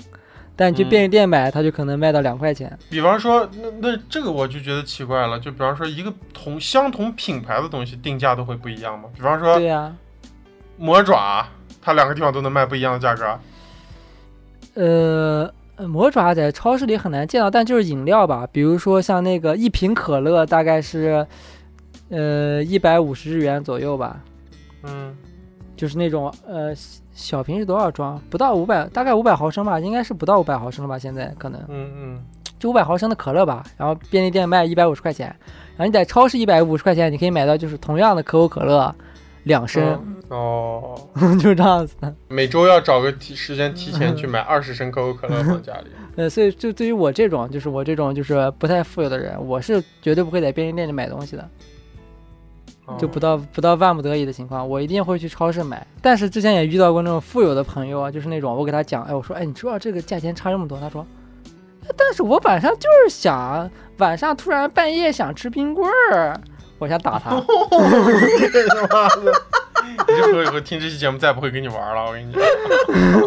但你去
嗯
便利店买，它就可能卖到两块钱。
比方说，那那这个我就觉得奇怪了，就比方说一个同相同品牌的东西定价都会不一样吗？比方说
对呀、
魔爪，它两个地方都能卖不一样的价格。
呃，魔爪在超市里很难见到，但就是饮料吧，比如说像那个一瓶可乐，大概是呃一百五十日元左右吧，
嗯
就是那种呃小小瓶是多少装？不到五百，大概五百毫升吧，应该是不到五百毫升了吧？现在可能
嗯
就五百毫升的可乐吧，然后便利店卖一百五十块钱，然后你在超市一百五十块钱，你可以买到就是同样的可口可乐两升，
嗯，哦，
就是这样子的。
每周要找个提时间提前去 买二十升可口可乐放家里。
呃，所以就对于我这种，就是我这种就是不太富有的人，我是绝对不会在便利店里买东西的，
哦
就不到不到万不得已的情况，我一定会去超市买。但是之前也遇到过那种富有的朋友啊，就是那种我给他讲，哎，我说，哎，你知道这个价钱差这么多？他说，呃但是我晚上就是想晚上突然半夜想吃冰棍儿，我想打他。
他妈的！你这朋 友以后听这期节目再不会跟你玩了，我跟你讲。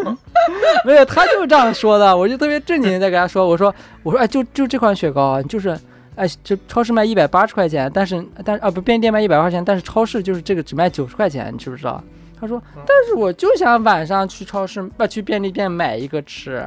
没有，他就是这样说的，我就特别正经的在给他说，我说我说哎，就就这款雪糕啊，就是哎，就超市卖一百八十块钱，但是但是啊不，便利店卖一百块钱，但是超市就是这个只卖九十块钱，你知不知道？他说，但是我就想晚上去超市，不、去便利店买一个吃。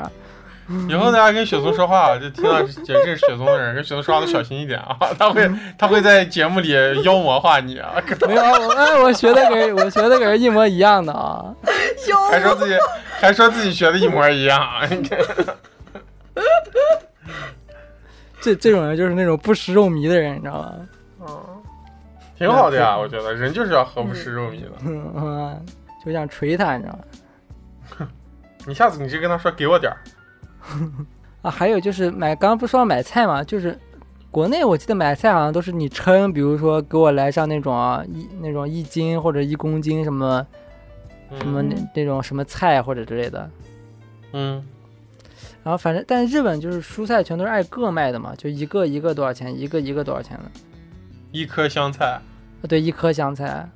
以后大家跟雪松说话，就听到这认识雪松的人，跟雪松说话都小心一点啊，他会他会在节目里妖魔化你啊，可
没有，我哎，我学的跟人我学的跟人一模一样的啊。
笑
还说自己还说自己学的一模一样，你看
这这种人就是那种不食肉糜的人，你知道吗？
挺好的呀，我觉得人就是要何不食肉糜的。
嗯 嗯，就想捶他，你知道吗？
你下次你就跟他说给我点儿，
啊，还有就是买，刚刚不说要买菜嘛，就是国内我记得买菜好像都是你称，比如说给我来上那种啊一那种一斤或者一公斤什么什么
嗯
那那种什么菜或者之类的。
嗯
然后反正，但日本就是蔬菜全都是按个卖的嘛，就一个一个多少钱，一个一个多少钱的。
一颗香菜，
啊，对，一颗香菜，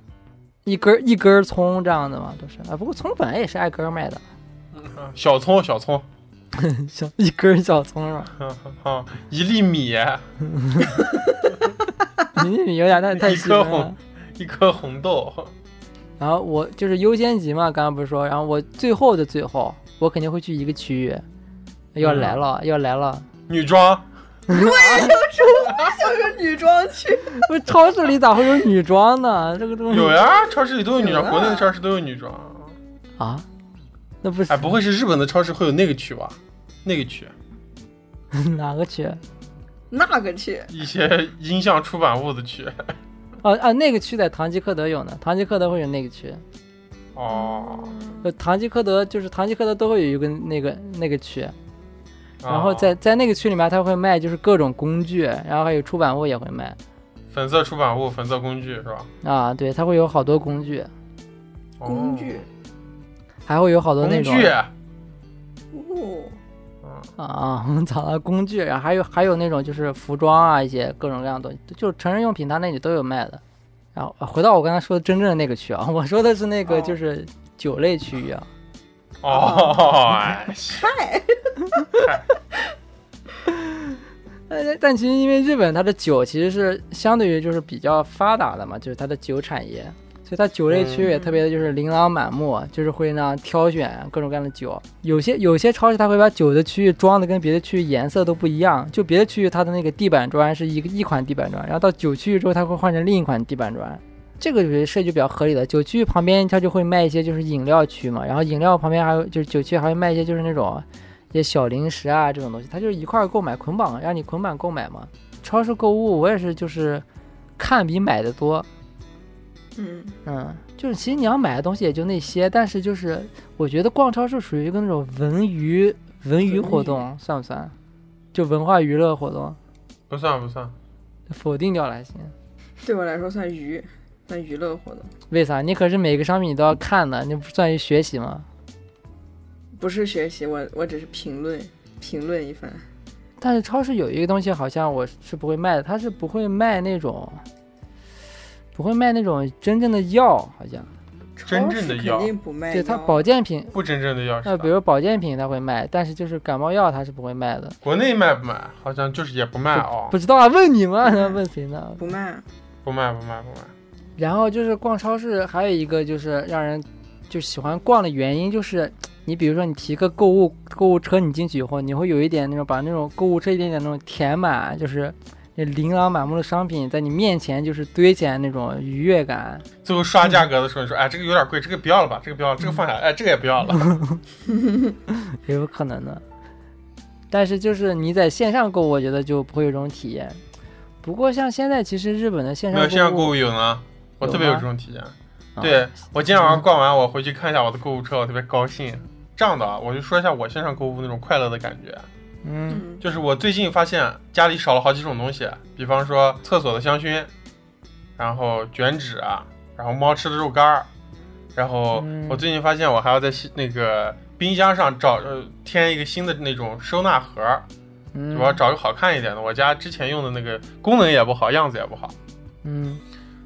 一根儿一根儿葱这样的嘛，都是啊。不过葱本来也是按根儿卖的，
小葱小葱，
像一根儿小葱是吧？
啊，一粒米，
你你有点太太
一
细分
颗
了
红。一颗红豆，
然后我就是优先级嘛，刚刚不是说，然后我最后的最后，我肯定会去一个区域，要来了，
嗯
要来了，
女装，
像个女装去，
我超市里咋会有女装 呢？这个东西
有呀，超市里都有女装，
有啊
国内的超市都有女装。
啊，那不是、
哎，不会是日本的超市会有那个区吧？那个区，
哪个区？
那个去，
一些音像出版物的区。
哦啊，那个区在堂吉诃德有呢，堂吉诃德会有那个区，
哦，
呃，堂吉诃德就是堂吉诃德都会有一个那个那个区，然后
哦
在在那个区里面，他会卖就是各种工具，然后还有出版物也会卖
粉色出版物、粉色工具是吧？
啊，对，他会有好多工具，
哦
工具，
还会有好多那啊
工
种
具，啊
哦，
啊，我们找到工具，然后还有还有那种就是服装啊，一些各种各样的东西，就是成人用品，它那里都有卖的。然后啊回到我刚才说的真正的那个区啊，我说的是那个
哦
就是酒类区域啊，
哦， 哎
嗨，
哎但但其实因为日本它的酒其实是相对于就是比较发达的嘛，就是它的酒产业，所以它酒类区也特别的就是琳琅满目，啊就是会让挑选各种各样的酒。有些有些超市它会把酒的区域装的跟别的区域颜色都不一样，就别的区域它的那个地板砖是一个一款地板砖，然后到酒区域之后它会换成另一款地板砖。这个就是设计比较合理的。酒区域旁边它就会卖一些就是饮料区嘛，然后饮料旁边还有就是酒区还会卖一些就是那种一些小零食啊这种东西，它就是一块儿购买捆绑，让你捆绑购买嘛。超市购物我也是就是看比买的多，
嗯，
嗯，就是其实你要买的东西也就那些，但是就是我觉得逛超市属于一个那种文娱文娱活动，算不算？就文化娱乐活动，
不算不算，
否定掉了还行。
对我来说算娱，算娱乐活动，
为啥？你可是每个商品你都要看的，那不算于学习吗？
不是学习，我我只是评论评论一番。
但是超市有一个东西，好像我是不会卖的，它是不会卖那种，不会卖那种真正的药，好像
真正的
超市
药
肯定不卖药，
对它保健品，
不真正的药
那
是
比
吧？
如保健品它会卖，但是就是感冒药它是不会卖的，
国内卖不卖？好像就是也不卖哦，
不知道啊，问你嘛，问谁呢？
不卖，
不卖不卖不卖。
然后就是逛超市，还有一个就是让人就喜欢逛的原因，就是你比如说你提个购物购物车，你进去以后，你会有一点那种把那种购物车一点点那种填满，就是那琳琅满目的商品在你面前就是堆起来那种愉悦感。
最后刷价格的时候，你说，哎，这个有点贵，这个不要了吧，这个不要了，这个放下来，哎，这个也不 要了。
也有可能的。但是就是你在线上购物，我觉得就不会有这种体验。不过像现在，其实日本的线
没有线上
上
购
物，
物有呢，我
有
特别有
吗
这种体验。
啊
对我今天晚上逛完，我回去看一下我的购物车，我特别高兴。这样的啊，我就说一下我线上购物那种快乐的感觉。
嗯，
嗯，
就是我最近发现家里少了好几种东西，比方说厕所的香薰，然后卷纸啊，然后猫吃的肉干儿，然后
嗯
我最近发现我还要在西那个冰箱上找呃添一个新的那种收纳盒儿，
嗯，
我要找个好看一点的。我家之前用的那个功能也不好，样子也不好，
嗯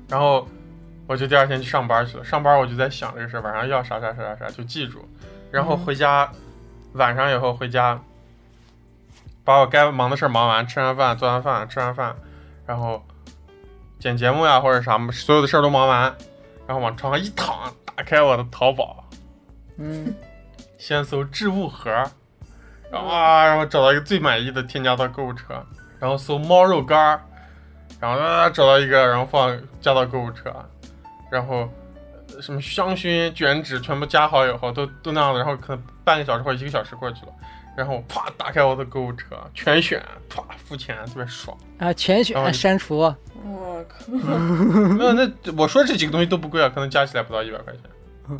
然后我就第二天去上班去了。上班我就在想这个事儿，晚上要啥啥啥啥啥就记住，然后回家、晚上以后回家，把我该忙的事儿忙完，吃完饭做完饭吃完饭，然后剪节目呀、或者啥，所有的事儿都忙完，然后往床上一躺，打开我的淘宝，
嗯，
先搜置物盒，然后啊，然后找到一个最满意的，添加到购物车，然后搜猫肉干儿，然后啊找到一个，然后放加到购物车，然后呃什么香薰、卷纸全部加好以后，都都那样的，然后可能半个小时或者一个小时过去了，然后我啪打开我的购物车，全选，啪付钱，特别爽。
啊，全
然后
选
哦你
删除，啊
嗯我靠，
没有，那我说这几个东西都不贵啊，可能加起来不到一百块钱。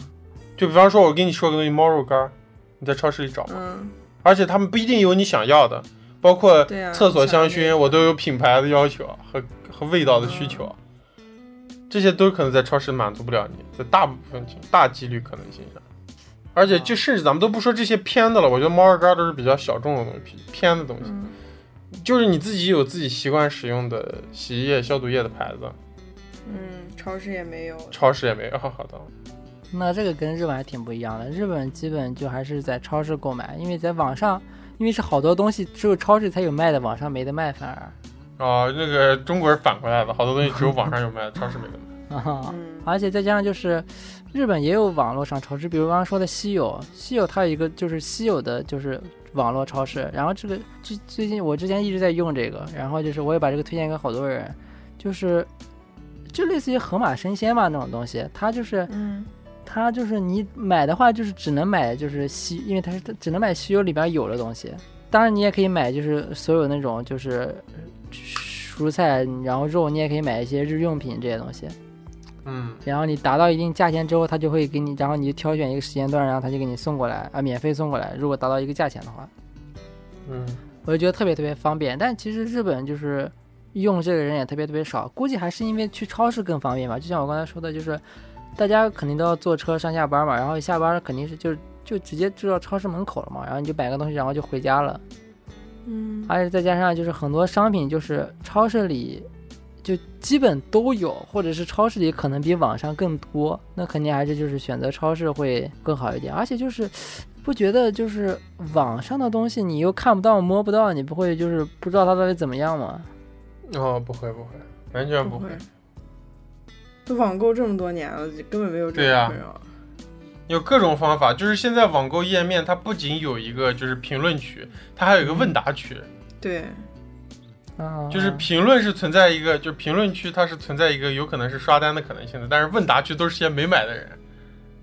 就比方说，我跟你说个东西，猫肉干儿，你在超市里找。
嗯，
而且他们不一定有你想要的，包括
对啊
厕所香
你想
薰，
要的
我都有品牌的要求和和味道的需求，这些都可能在超市满足不了你，在大部分情大几率可能性上。而且就甚至咱们都不说这些偏的了，我觉得猫肉干都是比较小众的东西，偏的东西，
嗯
就是你自己有自己习惯使用的洗衣液、消毒液的牌子，
嗯，超市也没有，
超市也没有。好的，
那这个跟日本还挺不一样的，日本基本就还是在超市购买，因为在网上，因为是好多东西只有超市才有卖的，网上没得卖，反而
哦，那个中国是反过来的，好多东西只有网上有卖 的，超市没得卖。
啊。
嗯，
而且再加上就是，日本也有网络上超市，比如刚刚说的稀有，稀有它有一个就是稀有的就是网络超市，然后这个最最近我之前一直在用这个，然后就是我也把这个推荐给好多人，就是就类似于盒马生鲜嘛那种东西，它就是
嗯，
它就是你买的话就是只能买就是稀，因为它是只能买稀有里边有的东西，当然你也可以买就是所有那种就是蔬菜，然后肉你也可以买一些日用品这些东西。
嗯，
然后你达到一定价钱之后，他就会给你，然后你就挑选一个时间段，然后他就给你送过来啊，免费送过来。如果达到一个价钱的话，
嗯，
我就觉得特别特别方便。但其实日本就是用这个人也特别特别少，估计还是因为去超市更方便吧。就像我刚才说的，就是大家肯定都要坐车上下班嘛，然后一下班肯定是就就直接就到超市门口了嘛，然后你就买个东西，然后就回家了。
嗯，
而且再加上就是很多商品就是超市里，就基本都有，或者是超市里可能比网上更多，那肯定还是就是选择超市会更好一点。而且就是不觉得就是网上的东西你又看不到摸不到，你不会就是不知道它到底怎么样吗？
哦，不会不会，完全不
不
会
会。。这网购这么多年了，就根本没有这
对啊呀
种困扰。
有各种方法，就是现在网购页面它不仅有一个就是评论区，它还有一个问答区，
对，
啊，
就是评论是存在一个，就是评论区它是存在一个有可能是刷单的可能性的，但是问答区都是些没买的人，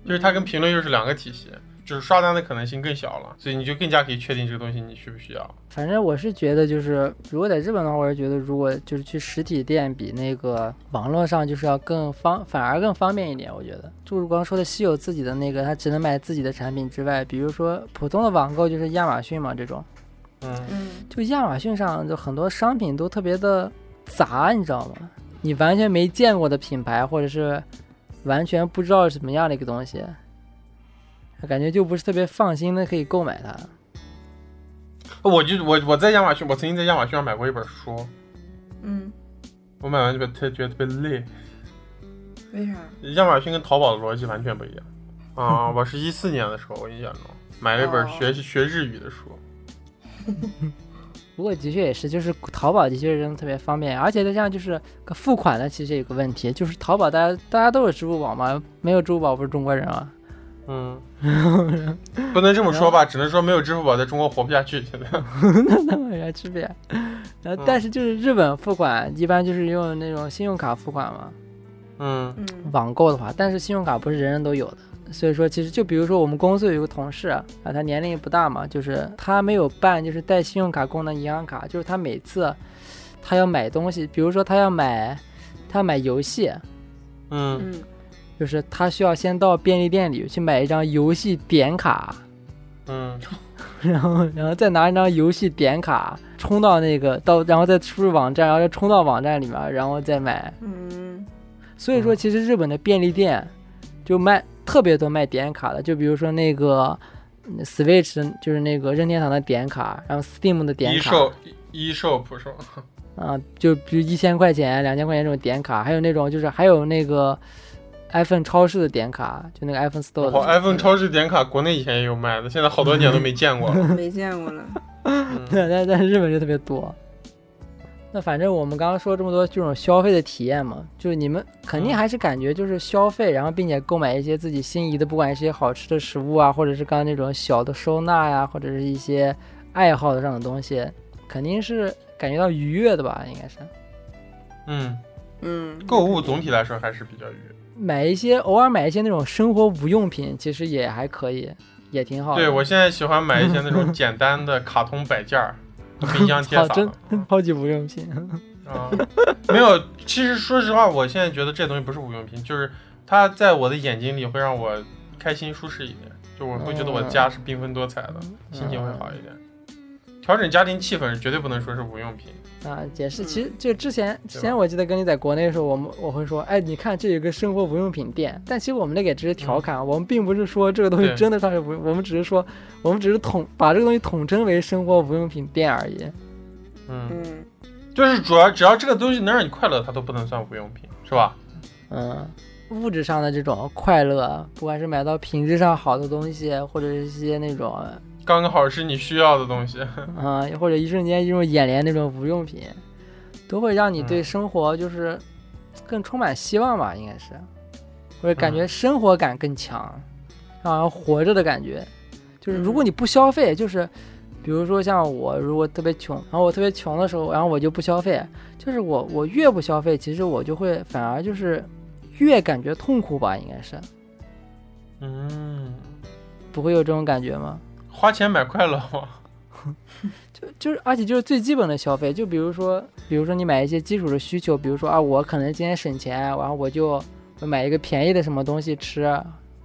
就是它跟评论又是两个体系，就是刷单的可能性更小了，所以你就更加可以确定这个东西你需不需要。
反正我是觉得，就是如果在日本的话，我是觉得如果就是去实体店比那个网络上就是要更方，反而更方便一点。我觉得，就是光说的稀有自己的那个，他只能买自己的产品之外，比如说普通的网购就是亚马逊嘛，这种
嗯，
嗯，
就亚马逊上就很多商品都特别的杂，你知道吗？你完全没见过的品牌，或者是完全不知道是什么样的一个东西，感觉就不是特别放心的可以购买它。
我就我我在亚马逊，我曾经在亚马逊上买过一本书，
嗯，
我买完就特觉得特别累，
为啥？
亚马逊跟淘宝的逻辑完全不一样啊！我是一四年的时候，我印象中买了一本
哦
学、学日语的书，
不过的确也是，就是淘宝的确真的特别方便，而且再加上就是个付款呢，其实也有个问题，就是淘宝大家大家都有支付宝嘛，没有支付宝不是中国人啊。
嗯，不能这么说吧，只能说没有支付宝在中国活不下去。现在，
那有啥区别？然后但是就是日本付款一般就是用那种信用卡付款嘛，
嗯
嗯
网购的话，但是信用卡不是人人都有的，所以说其实就比如说我们公司有一个同事啊，他年龄也不大嘛，就是他没有办就是带信用卡功能银行卡，就是他每次他要买东西，比如说他要买他要买游戏，
嗯，
嗯，
就是他需要先到便利店里去买一张游戏点卡，
嗯，
然后然后再拿一张游戏点卡充到那个到，然后再输入网站，然后再充到网站里面，然后再买。
嗯，
所以说，其实日本的便利店就卖特别多卖点卡的，就比如说那个嗯 Switch，就是那个任天堂的点卡，然后 Steam 的点
一
卡，
售一售普售，
啊，就比如一千块钱、两千块钱这种点卡，还有那种就是还有那个 iPhone 超市的点卡，就那个 iPhone Store 的
哦，iPhone 超市点卡国内以前也有卖的，现在好多年都没见过了。
没见过 了。
嗯
对， 但但日本就特别多。那反正我们刚刚说这么多这种消费的体验嘛，就是你们肯定
嗯
还是感觉就是消费，然后并且购买一些自己心仪的，不管是一些好吃的食物啊，或者是刚刚那种小的收纳呀、或者是一些爱好上的东西，肯定是感觉到愉悦的吧？应该是
嗯，
嗯，
购物总体来说还是比较愉悦。
买一些偶尔买一些那种生活无用品，其实也还可以，也挺好的。
对我现在喜欢买一些那种简单的卡通摆件儿，冰箱贴
好
啥
真
的。
超级无用品，
啊，没有。其实说实话，我现在觉得这东西不是无用品，就是它在我的眼睛里会让我开心舒适一点，就我会觉得我的家是缤纷多彩的，
嗯
心情会好一点。调整家庭气氛绝对不能说是无用品。
啊，也是，
嗯
其实就之前之
吧
前我记得跟你在国内的时候，我们我会说，哎，你看这有个生活无用品店，但其实我们那个也只是调侃，我们并不是说这个东西
嗯对
真的它是无，我们只是说我们只是统把这个东西统称为生活无用品店而已。
嗯，
嗯，
就是主要只要这个东西能让你快乐，它都不能算无用品，是吧？
嗯，物质上的这种快乐，不管是买到品质上好的东西，或者是一些那种，
刚刚好是你需要的东西。
嗯，或者一瞬间一种眼帘那种无用品，都会让你对
嗯
生活就是更充满希望吧，应该是，或者感觉
嗯
生活感更强，然后活着的感觉。就是如果
嗯
你不消费，就是比如说像我，如果特别穷，然后我特别穷的时候，然后我就不消费，就是我我越不消费，其实我就会反而就是越感觉痛苦吧，应该是，
嗯，
不会有这种感觉吗？
花钱买快乐嘛。
就就是，而且就是最基本的消费，就比如说，比如说你买一些基础的需求，比如说啊，我可能今天省钱，然后我就我买一个便宜的什么东西吃，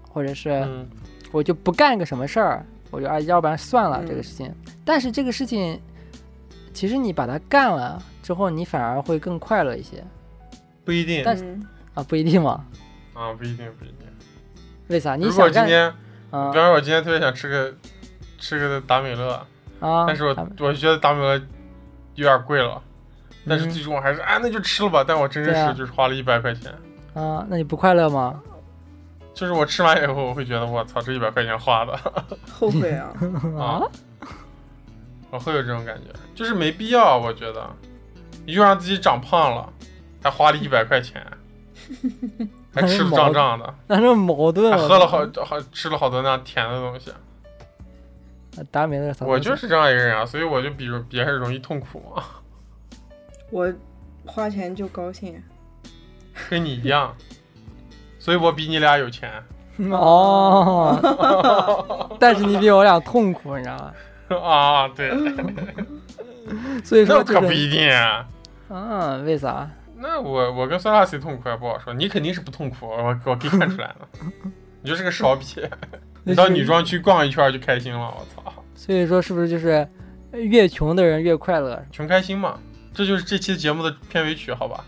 或者是
嗯
我就不干个什么事儿，我就啊，要不然算了
嗯
这个事情。但是这个事情，其实你把它干了之后，你反而会更快乐一些
不一定
但
嗯
啊，不一定嘛？
啊，不一定，不一定。
为啥？你
如果
想
今
干
天，
啊
比方说我今天特别想吃个吃个达美乐，
啊？
但是
咱
我
们
我觉得达美乐有点贵了，但是最终我还是啊，那就吃了吧。但我真
嗯
真
对啊
实就是花了一百块钱，
啊，那你不快乐吗？
就是我吃完以后，我会觉得我操，这一百块钱花的
后悔啊！
啊，我会有这种感觉，就是没必要，我觉得，你就让自己长胖了，还花了一百 块钱，还吃的胀胀的，
那这矛盾
还
了，
喝了好好吃了好多那甜的东西。
达美乐，
我就是这样一个人啊，所以我就比如别人容易痛苦嘛，
我花钱就高兴，
跟你一样，所以我比你俩有钱。
哦，但是你比我俩痛苦，你知道吗？
啊，对，
嗯
所以
那
说
可
就
不
是
一定、啊。
啊，为啥？
那我我跟酸辣谁痛苦也啊不好说，你肯定是不痛苦，我我可以看出来 了，你就是个勺比。你到女装区逛一圈就开心了，我操，
所以说是不是就是呃越穷的人越快乐？
穷开心嘛，这就是这期节目的片尾曲，好吧？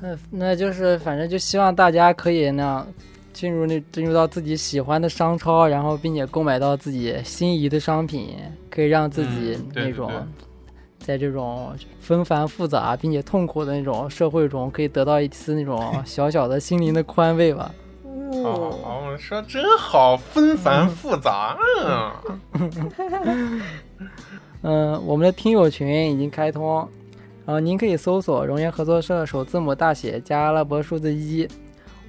那那就是反正就希望大家可以那样进入那进入到自己喜欢的商超，然后并且购买到自己心仪的商品，可以让自己
嗯对
那种、
对对
在这种纷繁复杂并且痛苦的那种社会中，可以得到一丝那种小小的心灵的宽慰吧。
好好
哦，
好，我们说真好，纷繁复杂，嗯，
嗯，我们的听友群已经开通，然后您可以搜索“熔岩合作社”首字母大写加阿拉伯数字一，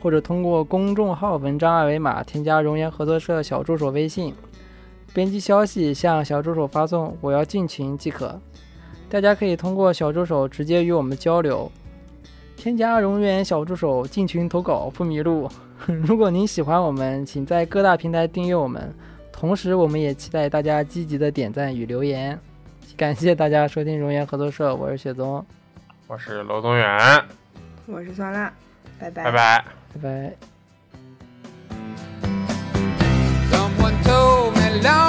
或者通过公众号文章二维码添加“熔岩合作社”小助手微信，编辑消息向小助手发送“我要进群”即可。大家可以通过小助手直接与我们交流。添加熔岩小助手进群投稿不迷路。如果您喜欢我们，请在各大平台订阅我们。同时，我们也期待大家积极的点赞与留言。感谢大家收听熔岩合作社，我是雪宗，
我是楼东远，
我是酸辣，拜拜
拜拜。
拜拜。
Someone told me long